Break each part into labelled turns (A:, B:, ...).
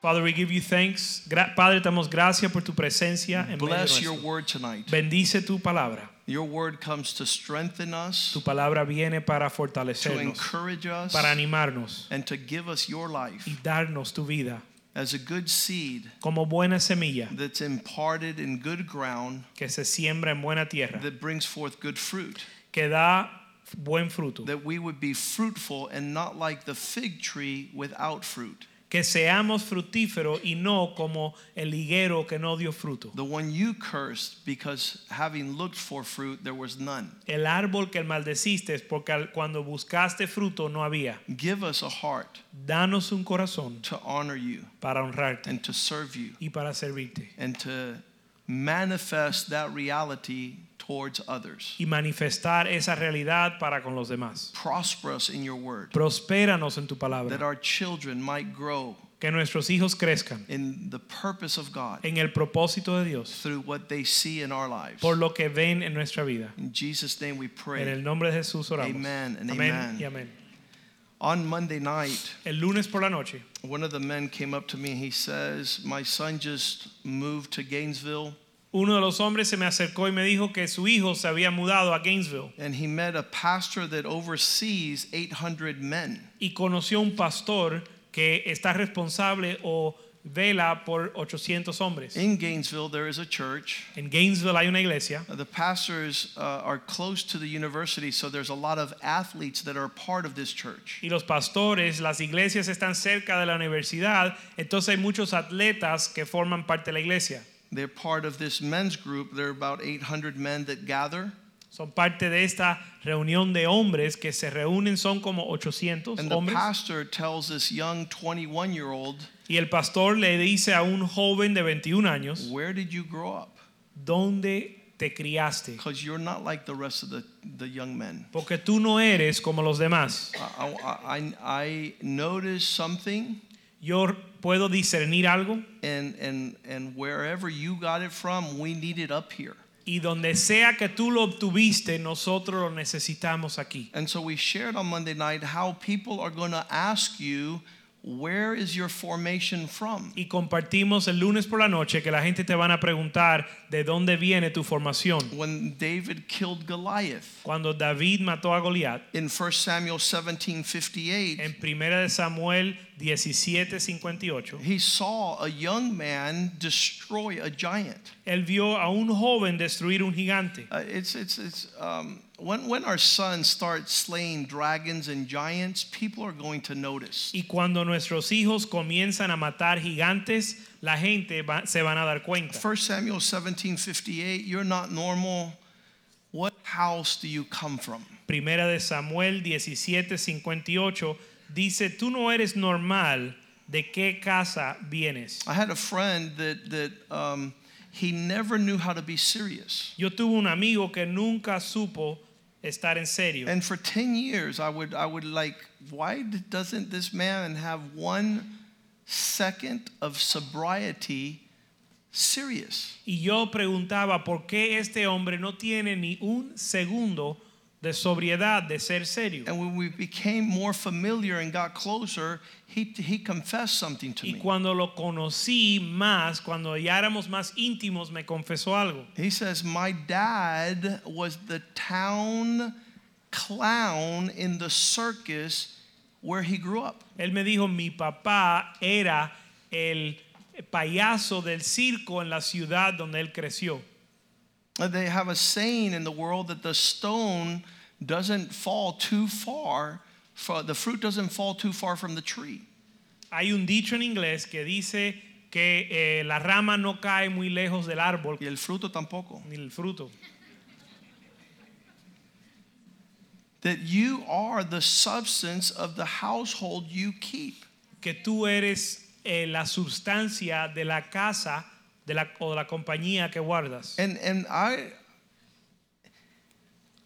A: Father, we give you thanks. Gra- Padre, te damos gracias por tu presencia en medio
B: Bless your
A: nuestro.
B: word tonight.
A: Bendice tu palabra.
B: Your word comes to strengthen us,
A: Tu palabra viene para
B: to
A: fortalecernos,
B: encourage us,
A: para animarnos
B: and to give us your
A: y
B: life
A: darnos tu vida
B: as a good seed
A: como buena semilla
B: that's imparted in good ground
A: que se siembra en buena tierra,
B: that brings forth good fruit.
A: que da buen fruto.
B: That we would be fruitful and not like the fig tree without fruit,
A: Que seamos fructíferos y no como el higuero que no dio fruto.
B: the one you cursed because having looked for fruit, there was none.
A: El árbol que maldeciste es porque al- cuando buscaste fruto no había.
B: Give us a heart
A: Danos un corazón
B: to honor you
A: para honrarte
B: and to serve you
A: y para servirte.
B: and to manifest that reality towards others.
A: y manifestar esa realidad para con los demás.
B: prosper us in your word,
A: Prospéranos en tu
B: that
A: palabra,
B: our children might grow
A: que nuestros hijos crezcan
B: in the purpose of God
A: en el propósito de Dios,
B: through what they see in our lives.
A: por lo que ven en nuestra vida.
B: In Jesus' name we pray.
A: En el nombre de Jesús oramos.
B: Amen and
A: amén
B: amen.
A: y amén.
B: On Monday night,
A: El lunes por la noche,
B: one of the men came up to me. He says, My son just moved to Gainesville
A: uno de los hombres se me acercó y me dijo que su hijo se había mudado a Gainesville
B: and he met a pastor that oversees 800 men.
A: y conoció un pastor que está responsable o vela por 800 hombres.
B: In Gainesville, there is a church.
A: En Gainesville hay una iglesia
B: Uh, The pastors uh, are close to the university, so there's a lot of athletes that are part of this church.
A: y los pastores, las iglesias están cerca de la universidad, entonces hay muchos atletas que forman parte de la iglesia.
B: They're part of this men's group. There are about 800 men that gather.
A: Son parte de esta reunión de hombres que se reúnen, son como 800
B: And the
A: hombres.
B: pastor tells this young 21 year old,
A: Y el pastor le dice a un joven de 21 años,
B: Where did you grow up?
A: ¿dónde te criaste?
B: Because you're not like the rest of the, the young men.
A: Porque tú no eres como los demás.
B: I, I, I- I noticed something,
A: Yo puedo discernir algo
B: and, and, and wherever you got it from, we need it up here.
A: y donde sea que tú lo obtuviste, nosotros lo necesitamos aquí.
B: And so we shared on Monday night how people are going to ask you, Where is your formation from?
A: y compartimos el lunes por la noche que la gente te van a preguntar de dónde viene tu formación.
B: When David killed Goliath
A: Cuando David mató a Goliat
B: in 1 Samuel 17 58,
A: en 1 de Samuel 17:58,
B: he saw a young man destroy a giant.
A: él vio a un joven destruir un gigante.
B: Uh, it's it's it's um, when when our sons start slaying dragons and giants, people are going to notice.
A: Y cuando nuestros hijos comienzan a matar gigantes, la gente va- se van a dar cuenta.
B: 1 Samuel 17, 58, you're not normal. What house do you come from?
A: Primera de Samuel 17:58 dice, "Tú no eres normal, ¿de qué casa vienes?"
B: I had a friend that that um, he never knew how to be serious.
A: Yo tuve un amigo que nunca supo estar en serio.
B: And for 10 years, I would, I would like, why d- doesn't this man have one second of sobriety serious?
A: y yo preguntaba por qué este hombre no tiene ni un segundo de sobriedad, de ser serio.
B: And when we became more familiar and got closer, he, he confessed something to
A: Y
B: me.
A: cuando lo conocí más, cuando ya éramos más íntimos, me confesó algo.
B: He says, My dad was the town clown in the circus where he grew up.
A: Él me dijo, mi papá era el payaso del circo en la ciudad donde él creció.
B: Uh, They have a saying in the world that the stone doesn't fall too far, fro- the fruit doesn't fall too far from the tree.
A: Hay un dicho en inglés que dice que eh, la rama no cae muy lejos del árbol,
B: Y el fruto tampoco.
A: ni el fruto.
B: That you are the substance of the household you keep.
A: que tú eres eh, la sustancia de la casa de la, o de la compañía que guardas.
B: And and I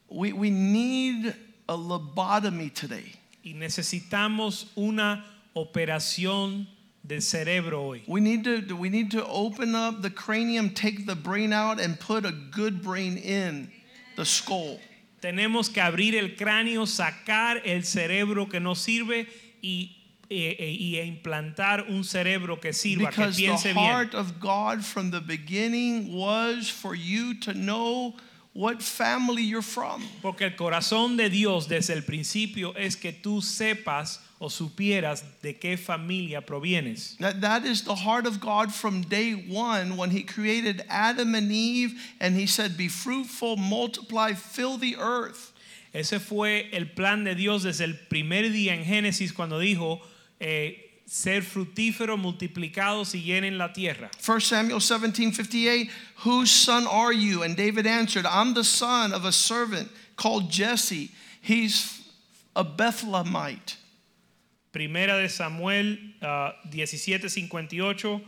B: we we need a lobotomy today.
A: Y necesitamos una operación del cerebro hoy.
B: We need to we need to open up the cranium, take the brain out and put a good brain in the skull.
A: Tenemos que abrir el cráneo, sacar el cerebro que no sirve y, e- e- y e implantar un cerebro que sirva, que
B: Because
A: piense
B: the
A: bien.
B: heart of God from the beginning was for you to know what family you're from.
A: Porque el corazón de Dios desde el principio es que tú sepas o supieras de qué familia provienes.
B: That, that is the heart of God from day one when He created Adam and Eve and He said, Be fruitful, multiply, fill the earth.
A: Ese fue el plan de Dios desde el primer día en Génesis cuando dijo eh, ser fructíferos, multiplicados y llenen la tierra.
B: 1 Samuel 17 58, Whose son are you? And David answered, I'm the son of a servant called Jesse. He's a Bethlehemite.
A: Primera de Samuel ah, 17:58.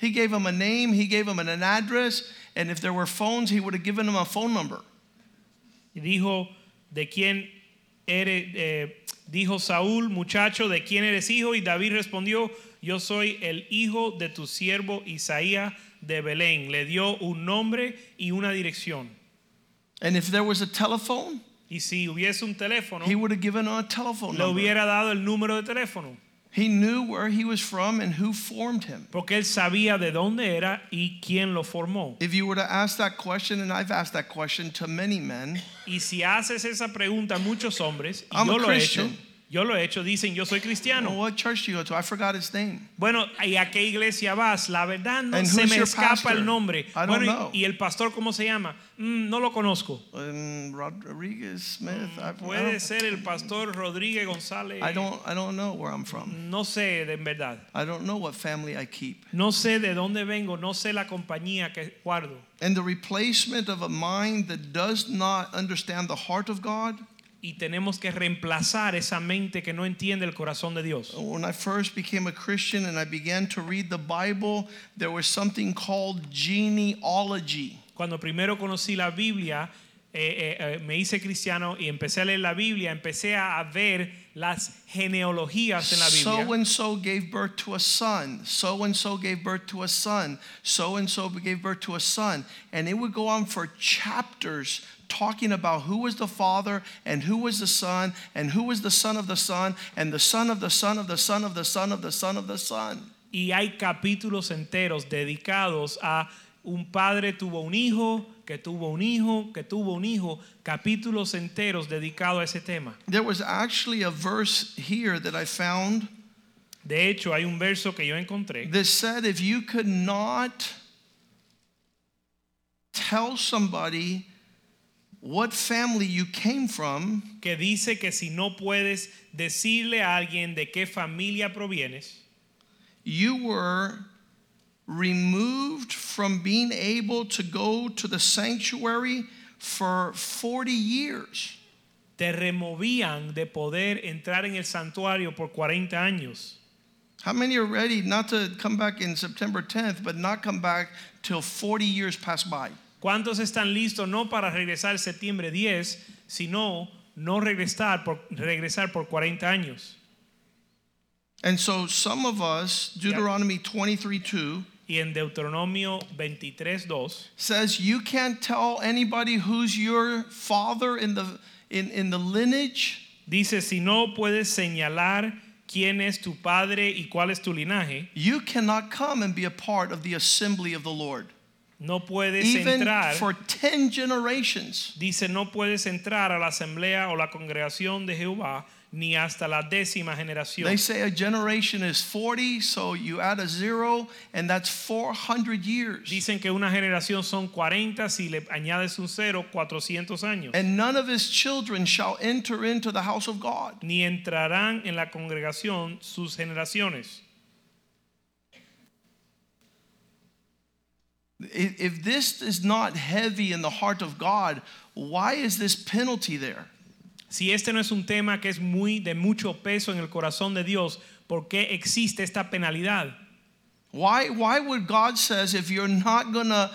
B: He gave him a name, he gave him an address, and if there were phones, he would have given him a phone number.
A: Y dijo, ¿de quién eres? eh, dijo Saúl, muchacho, ¿de quién eres hijo? Y David respondió, yo soy el hijo de tu siervo Isaías de Belén. Le dio un nombre y una dirección.
B: And if there was a telephone,
A: Y si hubiese un teléfono,
B: he would have given him a telephone
A: le
B: number.
A: hubiera dado el número de teléfono,
B: He knew where he was from and who formed him.
A: porque él sabía de dónde era y quién lo formó.
B: If you were to ask that question, and I've asked that question to many men,
A: Y si haces esa pregunta a muchos hombres, y
B: I'm
A: yo
B: a
A: lo he hecho,
B: Christian.
A: yo lo he hecho, dicen, yo soy
B: "Oh,
A: cristiano.
B: what church do you go to? I forgot his name.
A: Bueno, ¿y a qué iglesia vas? La verdad no
B: And
A: se
B: who's
A: me
B: your
A: escapa
B: pastor?
A: el nombre.
B: I don't
A: Bueno, y-
B: know.
A: y, el pastor cómo se llama? Mm, no lo conozco. Mm,
B: Um, Rodriguez Smith. I, I
A: Puede
B: don't,
A: ser el pastor Rodríguez González.
B: I don't. I don't know where I'm from.
A: no sé de en verdad.
B: I don't know what family I keep.
A: No sé de dónde vengo, no sé la compañía que guardo.
B: And the replacement of a mind that does not understand the heart of God.
A: Y tenemos que reemplazar esa mente que no entiende el corazón de Dios.
B: When I first became a Christian and I began to read the Bible, there was something called genealogy.
A: Cuando primero conocí la Biblia, eh, eh, eh, me hice cristiano y empecé a leer la Biblia, empecé a ver las genealogías en la Biblia.
B: So and so gave birth to a son. So and so gave birth to a son. So and so gave birth to a son. And it would go on for chapters talking about who was the father and who was the son and who was the son of the son and the son of the son of the son of the son of the son of the son.
A: Y hay capítulos enteros dedicados a un padre tuvo un hijo, que tuvo un hijo, que tuvo un hijo, capítulos enteros dedicados a ese tema.
B: There was actually a verse here that I found
A: De hecho, hay un verso que yo encontré
B: that said if you could not tell somebody what family you came from,
A: que dice que si no puedes decirle a alguien de qué familia provienes,
B: you were removed from being able to go to the sanctuary for 40 years.
A: te removían de poder entrar en el santuario por 40 años.
B: How many are ready not to come back in September 10th, but not come back till 40 years pass by?
A: ¿Cuántos están listos no para regresar septiembre 10, sino no regresar por, regresar por 40 años?
B: And so some of us, Deuteronomy 23 2
A: Y en Deuteronomio 23:2
B: says, You can't tell anybody who's your father in the, in, in the lineage.
A: dice, si no puedes señalar quién es tu padre y cuál es tu linaje,
B: You cannot come and be a part of the assembly of the Lord.
A: no puedes
B: Even
A: entrar,
B: for 10 generations.
A: dice, no puedes entrar a la asamblea o la congregación de Jehová ni hasta la décima generación.
B: They say a generation is 40, so you add a zero, and that's 400 years.
A: Dicen que una generación son 40, si le añades un cero, 400 años.
B: And none of his children shall enter into the house of God.
A: Ni entrarán en la congregación sus generaciones.
B: I- If this is not heavy in the heart of God, why is this penalty there?
A: Si este no es un tema que es muy de mucho peso en el corazón de Dios, ¿por qué existe esta penalidad?
B: Why, why would God says if you're not going to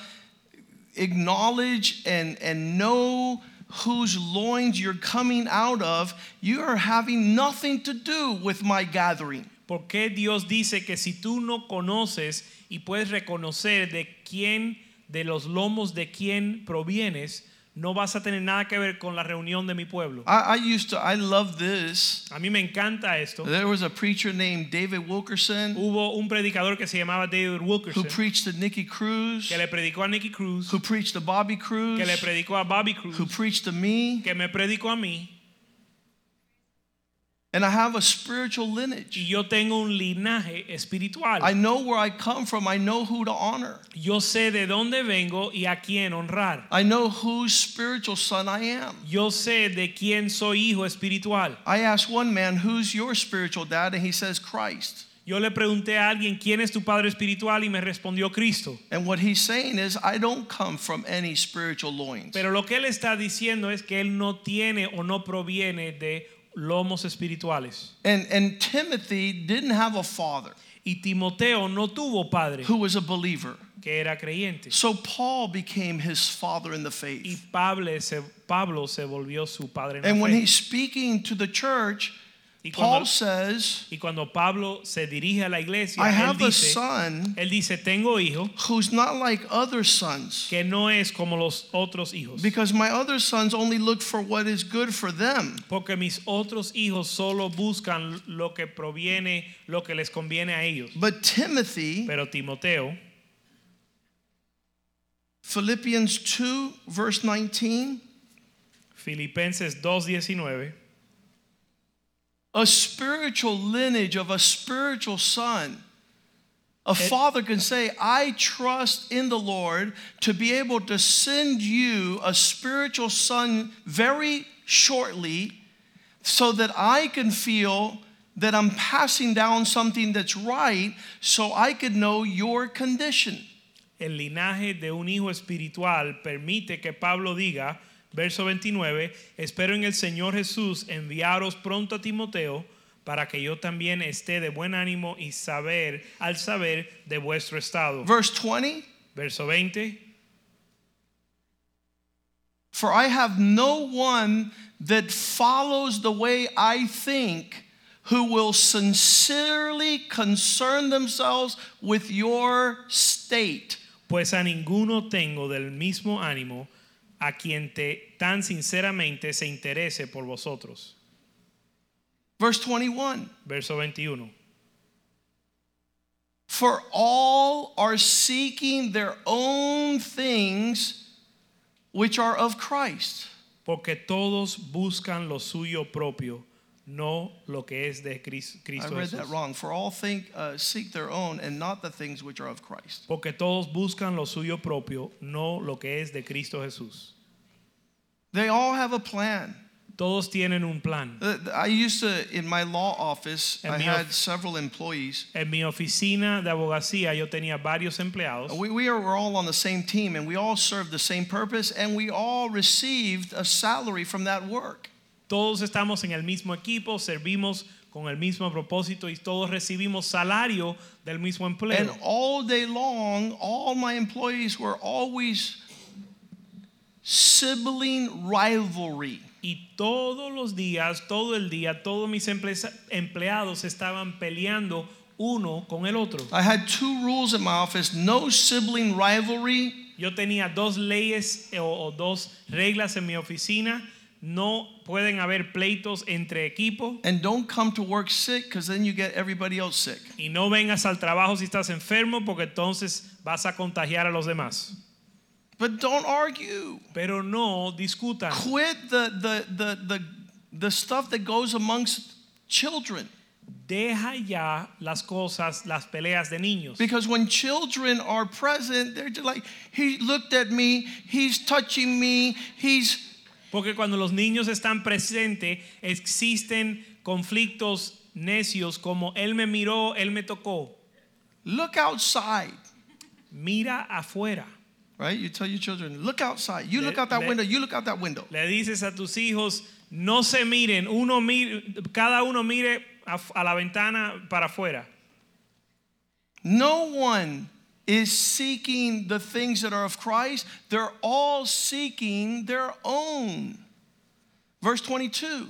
B: acknowledge and, and know whose loins you're coming out of, you are having nothing to do with my gathering.
A: ¿Por qué Dios dice que si tú no conoces y puedes reconocer de quién, de los lomos de quién provienes, no vas a tener nada que ver con la reunión de mi pueblo?
B: I, I used to, I love this.
A: A mí me encanta esto.
B: There was a preacher named David Wilkerson
A: Hubo un predicador que se llamaba David
B: who
A: Wilkerson
B: preached to Nikki Cruz,
A: que le predicó a Nicky Cruz,
B: who preached to Bobby Cruz,
A: que le predicó a Bobby Cruz,
B: who preached to me,
A: que me predicó a mí
B: and I have a spiritual
A: y
B: lineage.
A: yo tengo un linaje espiritual.
B: I know where I come from, I know who to honor.
A: Yo sé de dónde vengo y a quién honrar.
B: I know whose spiritual son I am.
A: Yo sé de quién soy hijo espiritual.
B: I asked one man, Who's your spiritual dad? And he says, Christ.
A: Yo le pregunté a alguien quién es tu padre espiritual y me respondió Cristo.
B: And what he's saying is, I don't come from any spiritual loins.
A: Pero lo que él está diciendo es que él no tiene o no proviene de lomos espirituales.
B: And, and Timothy didn't have a father
A: Y Timoteo no tuvo padre
B: who was a believer.
A: que era creyente.
B: So Paul became his father in the
A: Y
B: faith.
A: Pablo se, Pablo se volvió su padre. En
B: And
A: la
B: when
A: fe.
B: he's speaking to the church,
A: Y cuando,
B: Paul says,
A: y cuando Pablo se dirige a la iglesia,
B: I
A: él
B: have a
A: dice,
B: son
A: él dice, tengo hijo
B: who's not like other sons
A: que no es como los otros hijos.
B: because my other sons only look for what is good for them.
A: Porque mis otros hijos solo buscan lo que proviene, lo que les conviene a ellos.
B: But Timothy,
A: Pero Timoteo,
B: Philippians 2, verse 19,
A: Filipenses 2.19,
B: a spiritual lineage of a spiritual son. A father can say, I trust in the Lord to be able to send you a spiritual son very shortly so that I can feel that I'm passing down something that's right so I could know your condition.
A: el linaje de un hijo espiritual permite que Pablo diga, verso 29, espero en el Señor Jesús enviaros pronto a Timoteo para que yo también esté de buen ánimo y saber, al saber de vuestro estado.
B: Verse 20
A: Verso 20.
B: For I have no one that follows the way I think who will sincerely concern themselves with your state.
A: pues a ninguno tengo del mismo ánimo a quien te tan sinceramente se interese por vosotros.
B: Verse 21
A: Verso 21.
B: For all are seeking their own things which are of Christ.
A: Porque todos buscan lo suyo propio, no lo que es de Cris-
B: I
A: Cristo
B: read
A: Jesús.
B: that wrong. For all think, uh, seek their own and not the things which are of Christ.
A: Porque todos buscan lo suyo propio, no lo que es de Cristo Jesús.
B: They all have a plan.
A: Todos tienen un plan.
B: Uh, I used to, in my law office,
A: And
B: I
A: me
B: had
A: of-
B: several employees.
A: En mi oficina de abogacía yo tenía varios empleados
B: We, we are, we're all on the same team and we all serve the same purpose and we all received a salary from that work.
A: Todos estamos en el mismo equipo, servimos con el mismo propósito y todos recibimos salario del mismo
B: And
A: empleo.
B: all day long, all my employees were always sibling rivalry.
A: Y todos los días, todo el día, todos mis empleza- empleados estaban peleando uno con el otro.
B: I had two rules in my office no sibling rivalry
A: Yo tenía dos leyes eh, o, o dos reglas en mi oficina. No pueden haber pleitos entre equipos
B: and don't come to work sick because then you get everybody else sick.
A: y no vengas al trabajo si estás enfermo porque entonces vas a contagiar a los demás.
B: But don't argue.
A: Pero no discutan.
B: Quit the, the, the, the, the stuff that goes amongst children.
A: Deja ya las cosas, las peleas de niños.
B: Because when children are present, they're just like, he looked at me, he's touching me, he's.
A: Porque cuando los niños están presentes, existen conflictos necios como él me miró, él me tocó.
B: Look outside,
A: Mira afuera.
B: right? You tell your children, look outside. You look
A: Le-
B: out that
A: le-
B: window, you look out that window.
A: Le dices a tus hijos, no se miren, uno mire- cada uno mire a, a la ventana para afuera.
B: No one is seeking the things that are of Christ, they're all seeking their own. Verse 22.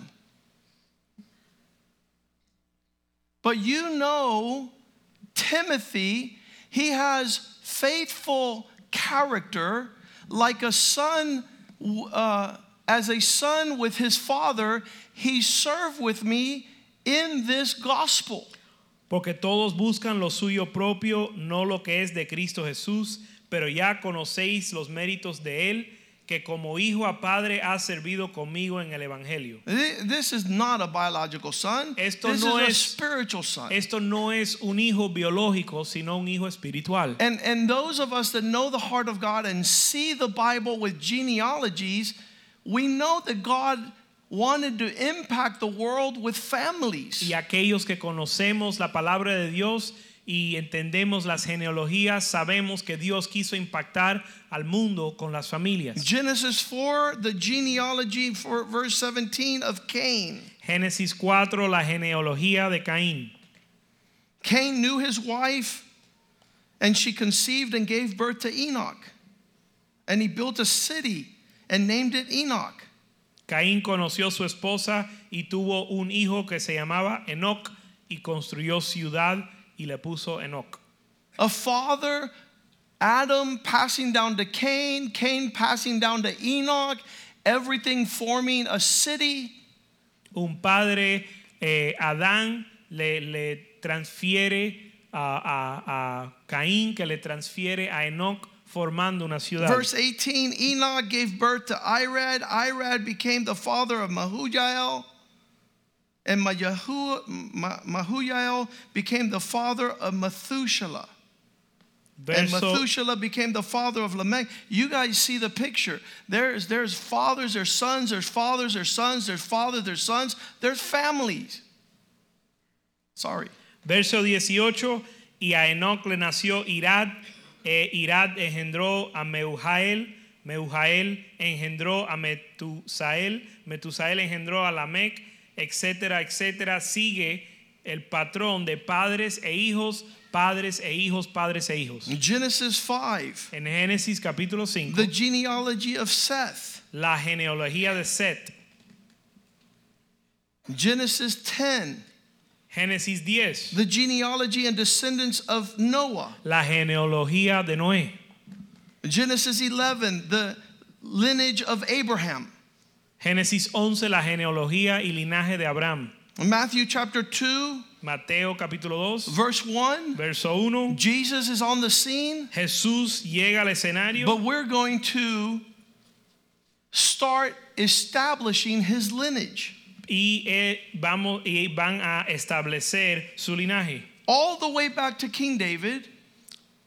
B: But you know Timothy, he has faithful character like a son uh, as a son with his father he served with me in this gospel
A: Porque todos buscan lo suyo propio, no lo que es de Cristo Jesús, pero ya conocéis los méritos de Él, que como hijo a padre ha servido conmigo en el Evangelio.
B: Thi- this is not a biological son
A: Esto
B: this
A: no
B: is a
A: es-
B: spiritual son
A: Esto no es un hijo biológico, sino un hijo espiritual.
B: and and those of us that know the heart of God and see the Bible with genealogies we know that God wanted to impact the world with families
A: Y aquellos que conocemos la palabra de Dios y entendemos las genealogías, sabemos que Dios quiso impactar al mundo con las familias.
B: Genesis 4, the genealogy for verse 17 of Cain.
A: Génesis 4, la genealogía de Caín.
B: Cain knew his wife, and she conceived and gave birth to Enoch. And he built a city and named it Enoch.
A: Caín conoció a su esposa y tuvo un hijo que se llamaba Enoch y construyó ciudad y le puso Enoch.
B: A father, Adam passing down to Cain, Cain passing down to Enoch, everything forming a city.
A: Un padre, eh, Adán, le, le transfiere a, a- a Caín, que le transfiere a Enoch formando una ciudad.
B: Verse 18 Enoch gave birth to Irad. Irad became the father of Mahujael. And Mayahu- Ma- Mahujael became the father of Methuselah. And
A: Verso-
B: Methuselah became the father of Lamech. You guys see the picture. There's, there's fathers, there's sons, there's fathers, there's sons, there's fathers, there's sons, there's families. Sorry.
A: Verso 18, y a Enoch le nació Irad, eh, Irad engendró a Meujael, Meujael engendró a Metusael, Metusael engendró a Lamec, etcétera, etcétera. Sigue el patrón de padres e hijos, padres e hijos, padres e hijos.
B: Genesis 5,
A: En Génesis capítulo 5,
B: the genealogy of Seth.
A: la genealogía de Set.
B: Genesis 10,
A: Génesis 10,
B: the genealogy and descendants of Noah.
A: la genealogía de Noé.
B: Genesis 11, the lineage of Abraham.
A: Génesis 11, la genealogía y linaje de Abraham.
B: Matthew chapter 2,
A: Mateo capítulo 2,
B: verse 1,
A: verso 1.
B: Jesus is on the scene,
A: Jesús llega al escenario,
B: but we're going to start establishing his lineage
A: y, eh, vamos, y van a establecer su linaje.
B: all the way back to King David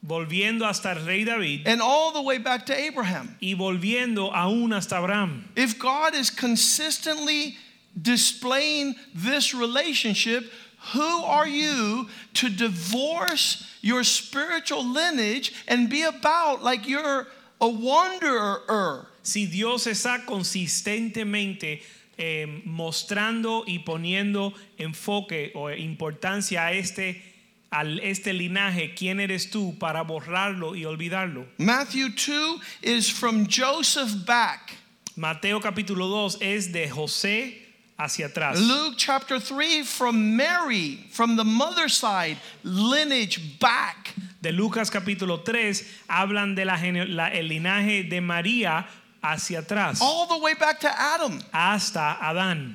A: Volviendo hasta el rey David
B: and all the way back to Abraham.
A: y volviendo aún hasta Abraham.
B: If God is consistently displaying this relationship, who are you to divorce your spiritual lineage and be about like you're a wanderer?
A: Si Dios está consistentemente eh, mostrando y poniendo enfoque o importancia a este, al, este linaje, ¿quién eres tú para borrarlo y olvidarlo?
B: Matthew 2 is from Joseph back.
A: Mateo capítulo 2 es de José hacia atrás.
B: Luke chapter 3 from Mary, from the mother side, lineage back.
A: de Lucas capítulo 3 hablan del el linaje de María hacia atrás
B: All the way back to Adam.
A: hasta Adán.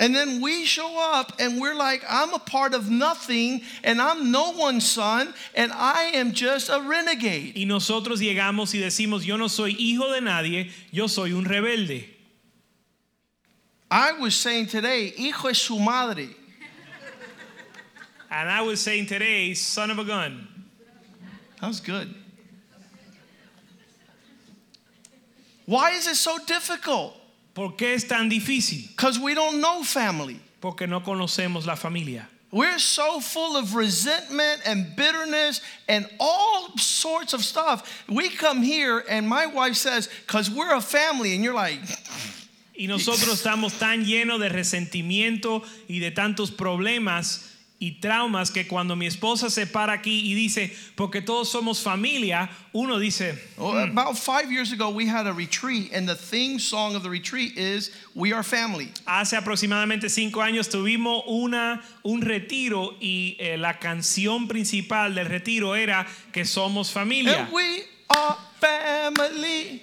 B: And then we show up and we're like, I'm a part of nothing and I'm no one's son and I am just a renegade.
A: Y nosotros llegamos y decimos, yo no soy hijo de nadie, yo soy un rebelde.
B: I was saying today, hijo es su madre.
A: And I was saying today, son of a gun.
B: That was good. Why is it so difficult?
A: ¿Por qué es tan difícil?
B: Because we don't know family.
A: Porque no conocemos la familia.
B: We're so full of resentment and bitterness and all sorts of stuff. We come here and my wife says, because we're a family. And you're like,
A: Y nosotros estamos tan llenos de resentimiento y de tantos problemas y traumas que cuando mi esposa se para aquí y dice, porque todos somos familia, uno dice, "Hmm".
B: Oh, About five years ago, we had a retreat, and the theme song of the retreat is We Are Family.
A: hace aproximadamente cinco años tuvimos una, un retiro y eh, la canción principal del retiro era que somos familia.
B: And we are family.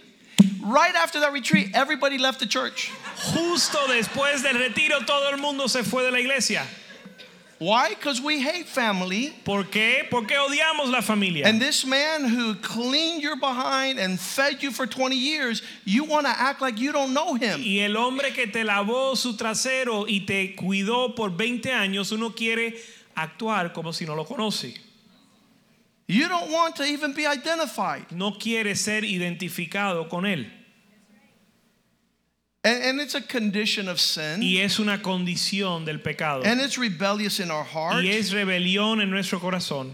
B: Right after that retreat, everybody left the church.
A: Justo después del retiro todo el mundo se fue de la iglesia.
B: Why? Because we hate family.
A: ¿Por qué? Porque odiamos la familia.
B: And this man who cleaned your behind and fed you for 20 years, you want to act like you don't know him.
A: Y el hombre que te lavó su trasero y te cuidó por 20 años, uno quiere actuar como si no lo conoce.
B: You don't want to even be identified.
A: No quiere ser identificado con él.
B: And, and it's a condition of sin.
A: Y es una condición del pecado.
B: And it's rebellious in our heart.
A: Y es rebelión en nuestro corazón.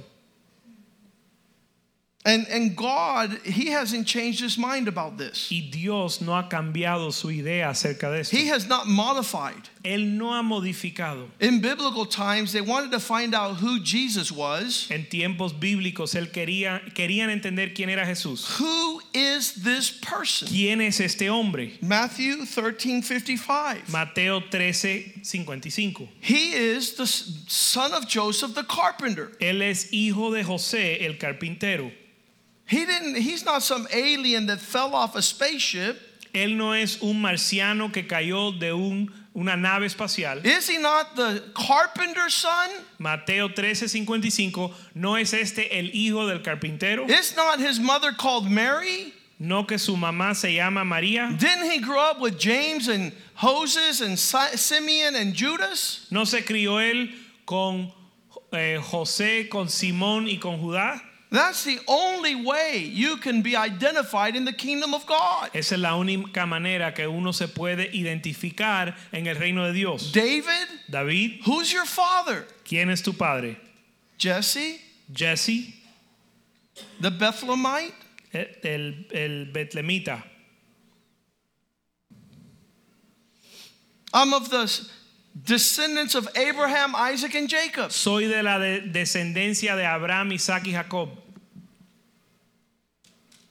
B: And, and God, He hasn't changed His mind about this.
A: Y Dios no ha cambiado su idea acerca de esto.
B: He has not modified.
A: Él no ha modificado.
B: In biblical times, they wanted to find out who Jesus was.
A: En tiempos bíblicos, él quería, querían entender quién era Jesús.
B: Who is this person?
A: ¿Quién es este hombre?
B: Matthew 13 55.
A: Mateo 13, 55.
B: He is the s- son of Joseph the carpenter.
A: Él es hijo de José, el carpintero.
B: He didn't he's not some alien that fell off a spaceship.
A: Él no es un marciano que cayó de un, una nave espacial.
B: Is he not the carpenter's son?
A: Mateo 13:55, ¿no es este el hijo del carpintero?
B: Is not his mother called Mary?
A: ¿No que su mamá se llama María?
B: Didn't he grow up with James and Hoses and Si- Simeon and Judas?
A: ¿No se crió él con eh, José, con Simón y con Judá?
B: That's the only way you can be identified in the kingdom of God.
A: Esa es la única manera que uno se puede identificar en el reino de Dios.
B: David,
A: David,
B: who's your father?
A: ¿quién es tu padre?
B: Jesse,
A: Jesse,
B: the Bethlehemite?
A: eh, el, el betlemita.
B: I'm of the s- descendants of Abraham, Isaac, and Jacob.
A: Soy de la de- descendencia de Abraham, Isaac y Jacob,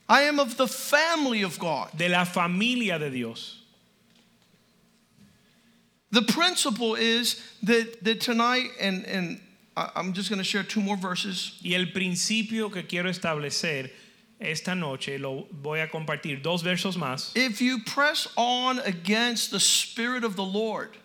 B: I am of the family of God.
A: de la familia de Dios.
B: The principle is that, that tonight, and, and I- I'm just going to share two more verses.
A: Y el principio que quiero establecer esta noche, lo voy a compartir dos versos más.
B: If you press on against the Spirit of the Lord,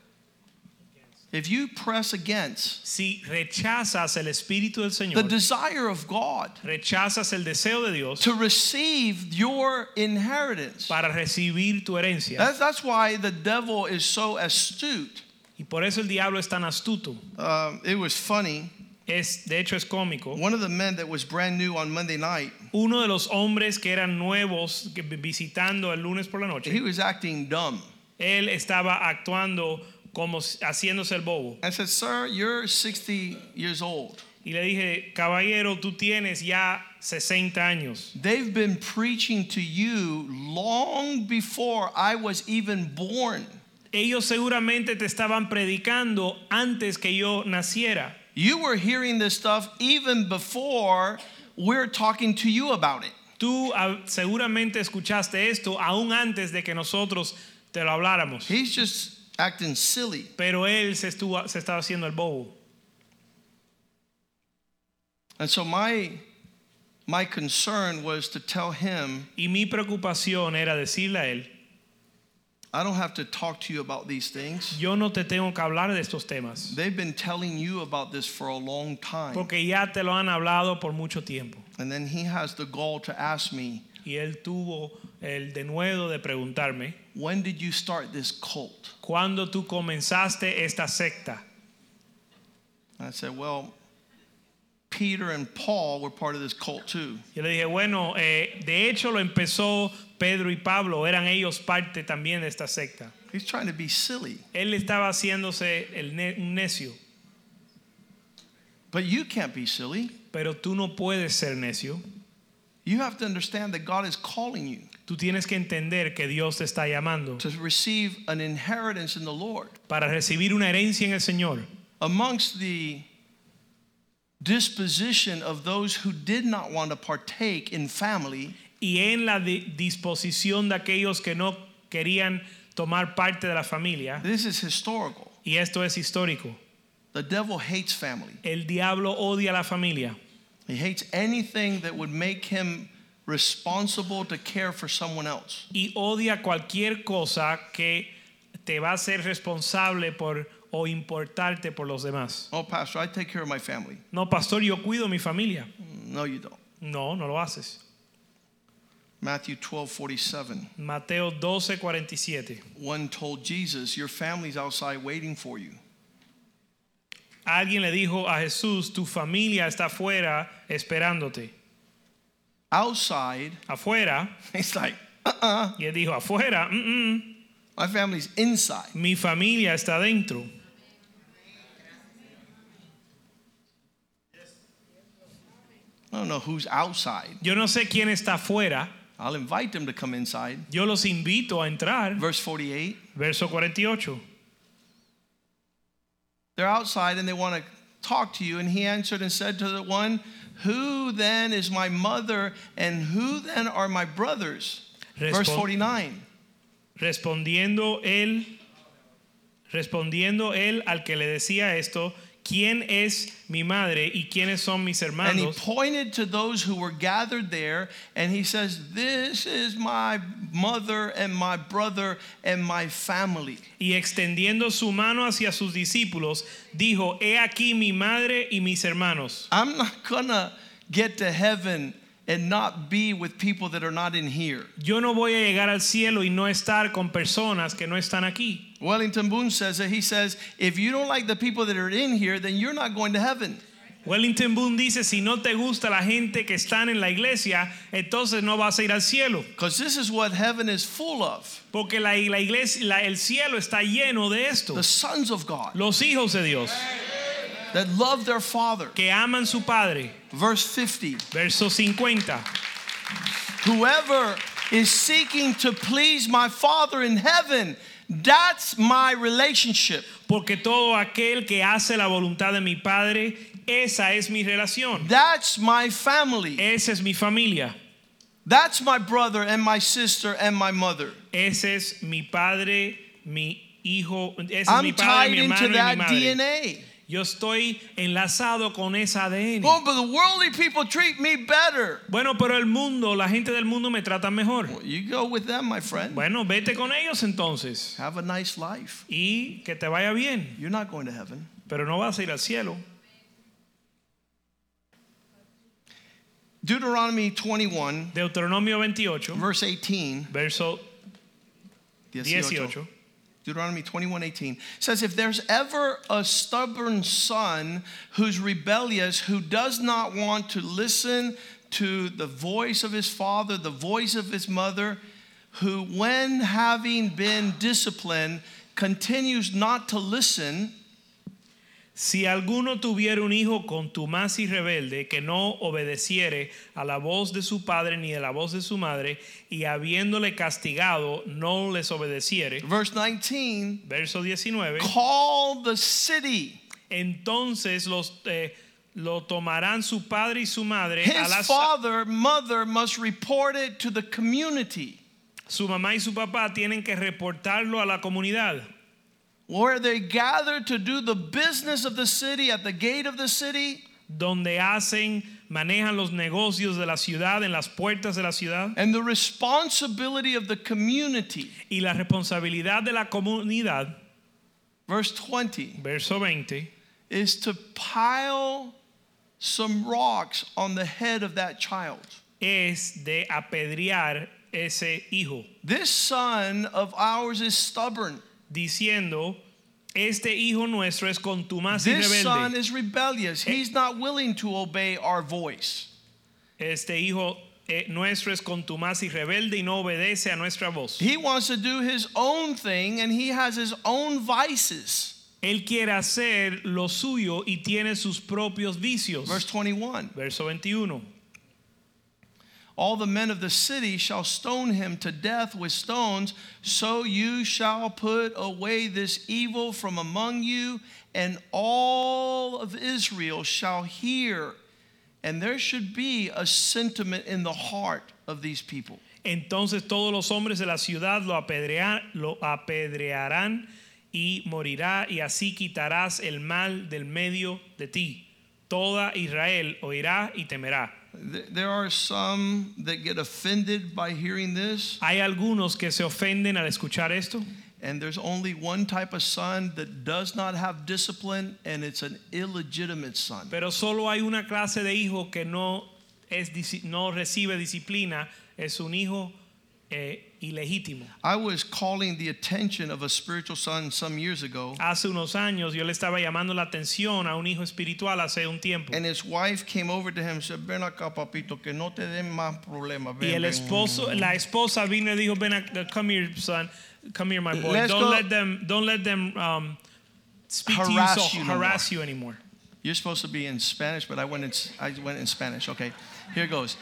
B: if you press against
A: Si rechazas el Espíritu del
B: the
A: Señor,
B: desire of God
A: rechazas el deseo de Dios
B: to receive your inheritance,
A: para recibir tu herencia.
B: that's, that's why the devil is so astute.
A: Y por eso el diablo es tan astuto.
B: Um, it was funny.
A: Es, de hecho es cómico.
B: One of the men that was brand new on Monday night,
A: Uno de los hombres que eran nuevos que vi- visitando el lunes por la
B: he
A: noche,
B: was acting dumb.
A: él estaba actuando como si- haciéndose el bobo.
B: I said, Sir, you're 60 years old.
A: Y le dije, caballero, tú tienes ya 60 años.
B: They've been preaching to you long before I was even born.
A: Ellos seguramente te estaban predicando antes que yo naciera.
B: You were hearing this stuff even before we're talking to you about it.
A: Tú ah, seguramente escuchaste esto aún antes de que nosotros te lo habláramos.
B: He's just acting silly.
A: Pero él se, estuvo, se estaba haciendo el bobo.
B: And so my my concern was to tell him,
A: Y mi preocupación era decirle a él,
B: I don't have to talk to you about these things.
A: Yo no te tengo que hablar de estos temas
B: They've been telling you about this for a long time.
A: porque ya te lo han hablado por mucho tiempo.
B: And then he has the gall to ask me,
A: Y él tuvo el denuedo de preguntarme,
B: When did you start this cult?
A: ¿cuándo tú comenzaste esta secta?
B: I said, Well, Peter and Paul were part of this cult too.
A: Yo le dije, bueno, eh, de hecho lo empezó Pedro y Pablo, eran ellos parte también de esta secta.
B: He's trying to be silly.
A: Él estaba haciéndose el ne- un necio,
B: But you can't be silly.
A: pero tú no puedes ser necio.
B: You have to understand that God is calling you
A: Tú tienes que entender que Dios te está llamando
B: to receive an inheritance in the Lord.
A: para recibir una herencia en el Señor.
B: Amongst the disposition of those who did not want to partake in family
A: y en la di- disposición de aquellos que no querían tomar parte de la familia.
B: this is historical
A: Y esto es histórico.
B: the devil hates family
A: El diablo odia a la familia.
B: he hates anything that would make him responsible to care for someone else
A: y odia cualquier cosa que te va a ser responsable por o importarte por los demás.
B: oh pastor i take care of my family
A: No, pastor, yo cuido mi familia.
B: no you don't
A: No, no lo haces.
B: matthew 12 47
A: Mateo 12, 47.
B: one told jesus your family's outside waiting for you
A: Alguien le dijo a Jesús, tu familia está afuera esperándote.
B: outside
A: Afuera.
B: he's like uh-uh.
A: Y él dijo, afuera. mm, mm,
B: my family's inside
A: mi familia está dentro.
B: i don't know who's outside
A: Yo no sé quién está afuera.
B: i'll invite them to come inside
A: Yo los invito a entrar.
B: verse 48
A: Verso 48.
B: They're outside and they want to talk to you. And he answered and said to the one, Who then is my mother and who then are my brothers? Verse
A: Respon-
B: 49.
A: Respondiendo él, respondiendo él al que le decía esto, ¿quién es mi madre y quiénes son mis
B: And he
A: hermanos?
B: pointed to those who were gathered there and he says, This is my mother and my brother and my family.
A: Y extendiendo su mano hacia sus discípulos, dijo, he aquí mi madre y mis hermanos.
B: I'm not going to get to heaven and not be with people that are not in here.
A: Yo no voy a llegar al cielo y no estar con personas que no están aquí.
B: Wellington Boone says that he says, If you don't like the people that are in here, then you're not going to heaven.
A: Wellington Boone dice, si no te gusta la gente que están en la iglesia, entonces no vas a ir al cielo.
B: Because this is what heaven is full of.
A: Porque la, la iglesia, la- el cielo está lleno de esto.
B: the sons of God
A: Los hijos de Dios.
B: that love their father.
A: que aman su padre.
B: Verse 50
A: Verso 50.
B: Whoever is seeking to please my father in heaven, that's my relationship.
A: Porque todo aquel que hace la voluntad de mi padre, esa es mi relación.
B: That's my family.
A: Esa es mi familia.
B: That's my brother and my sister and my mother.
A: Ese es mi padre, mi hijo. Ese es mi
B: I'm
A: padre,
B: tied
A: mi
B: into
A: hermano y mi
B: that
A: madre.
B: DNA.
A: Yo estoy enlazado con esa ADN.
B: Oh, but the worldly people treat me better.
A: Bueno, pero el mundo, la gente del mundo me trata mejor.
B: Well, you go with them, my friend.
A: Bueno, vete con ellos entonces.
B: Have a nice life.
A: Y que te vaya bien.
B: You're not going to heaven.
A: Pero no vas a ir al cielo.
B: Deuteronomy 21,
A: Deuteronomio 28,
B: verse 18.
A: verso 18.
B: Deuteronomy 21:18 says if there's ever a stubborn son who's rebellious who does not want to listen to the voice of his father the voice of his mother who when having been disciplined continues not to listen
A: Si alguno tuviera un hijo contumaz y rebelde que no obedeciere a la voz de su padre ni a la voz de su madre y habiéndole castigado no les obedeciere,
B: verse 19
A: verso 19,
B: call the city
A: entonces los, eh, lo tomarán su padre y su madre, a
B: his
A: la-
B: father mother must report it to the community
A: su mamá y su papá tienen que reportarlo a la comunidad.
B: where they gather to do the business of the city at the gate of the city
A: donde hacen, manejan los negocios de la ciudad, en las puertas de la ciudad,
B: and the responsibility of the community.
A: y la responsabilidad de la comunidad,
B: Verse 20
A: verso 20,
B: is to pile some rocks on the head of that child.
A: es de apedrear ese hijo,
B: This son of ours is stubborn.
A: diciendo, este hijo nuestro es contumaz y
B: This son
A: rebelde. Eh,
B: is rebellious. He's not willing to obey our voice.
A: Este hijo eh, nuestro es contumaz y rebelde y no obedece a nuestra voz.
B: He wants to do his own thing and he has his own vices.
A: Él quiere hacer lo suyo y tiene sus propios vicios.
B: Verse 21
A: Verso 21.
B: All the men of the city shall stone him to death with stones. So you shall put away this evil from among you, and all of Israel shall hear. And there should be a sentiment in the heart of these people.
A: Entonces todos los hombres de la ciudad lo, apedrear- lo apedrearán y morirá, y así quitarás el mal del medio de ti. Toda Israel oirá y temerá.
B: Th- There are some that get offended by hearing this,
A: Hay algunos que se ofenden al escuchar esto,
B: and there's only one type of son that does not have discipline, and it's an illegitimate son.
A: pero solo hay una clase de hijo que no, es, disi- no recibe disciplina, es un hijo eh, ilegítimo.
B: I was calling the attention of a spiritual son some years ago,
A: Hace unos años yo le estaba llamando la atención a un hijo espiritual hace un tiempo.
B: and his wife came over to him and said, Ven acá, papito, que no te den más problemas.
A: Y
B: Ven,
A: el
B: ven."
A: esposo, la esposa vino y dijo, ven, ac- come here, son, come here, my boy.
B: Let's
A: don't
B: go.
A: let them, don't let them um, speak to you,
B: Harass
A: so
B: you no
A: harass you anymore.
B: You're supposed to be in Spanish, but I went in, I went in Spanish. Okay, here goes.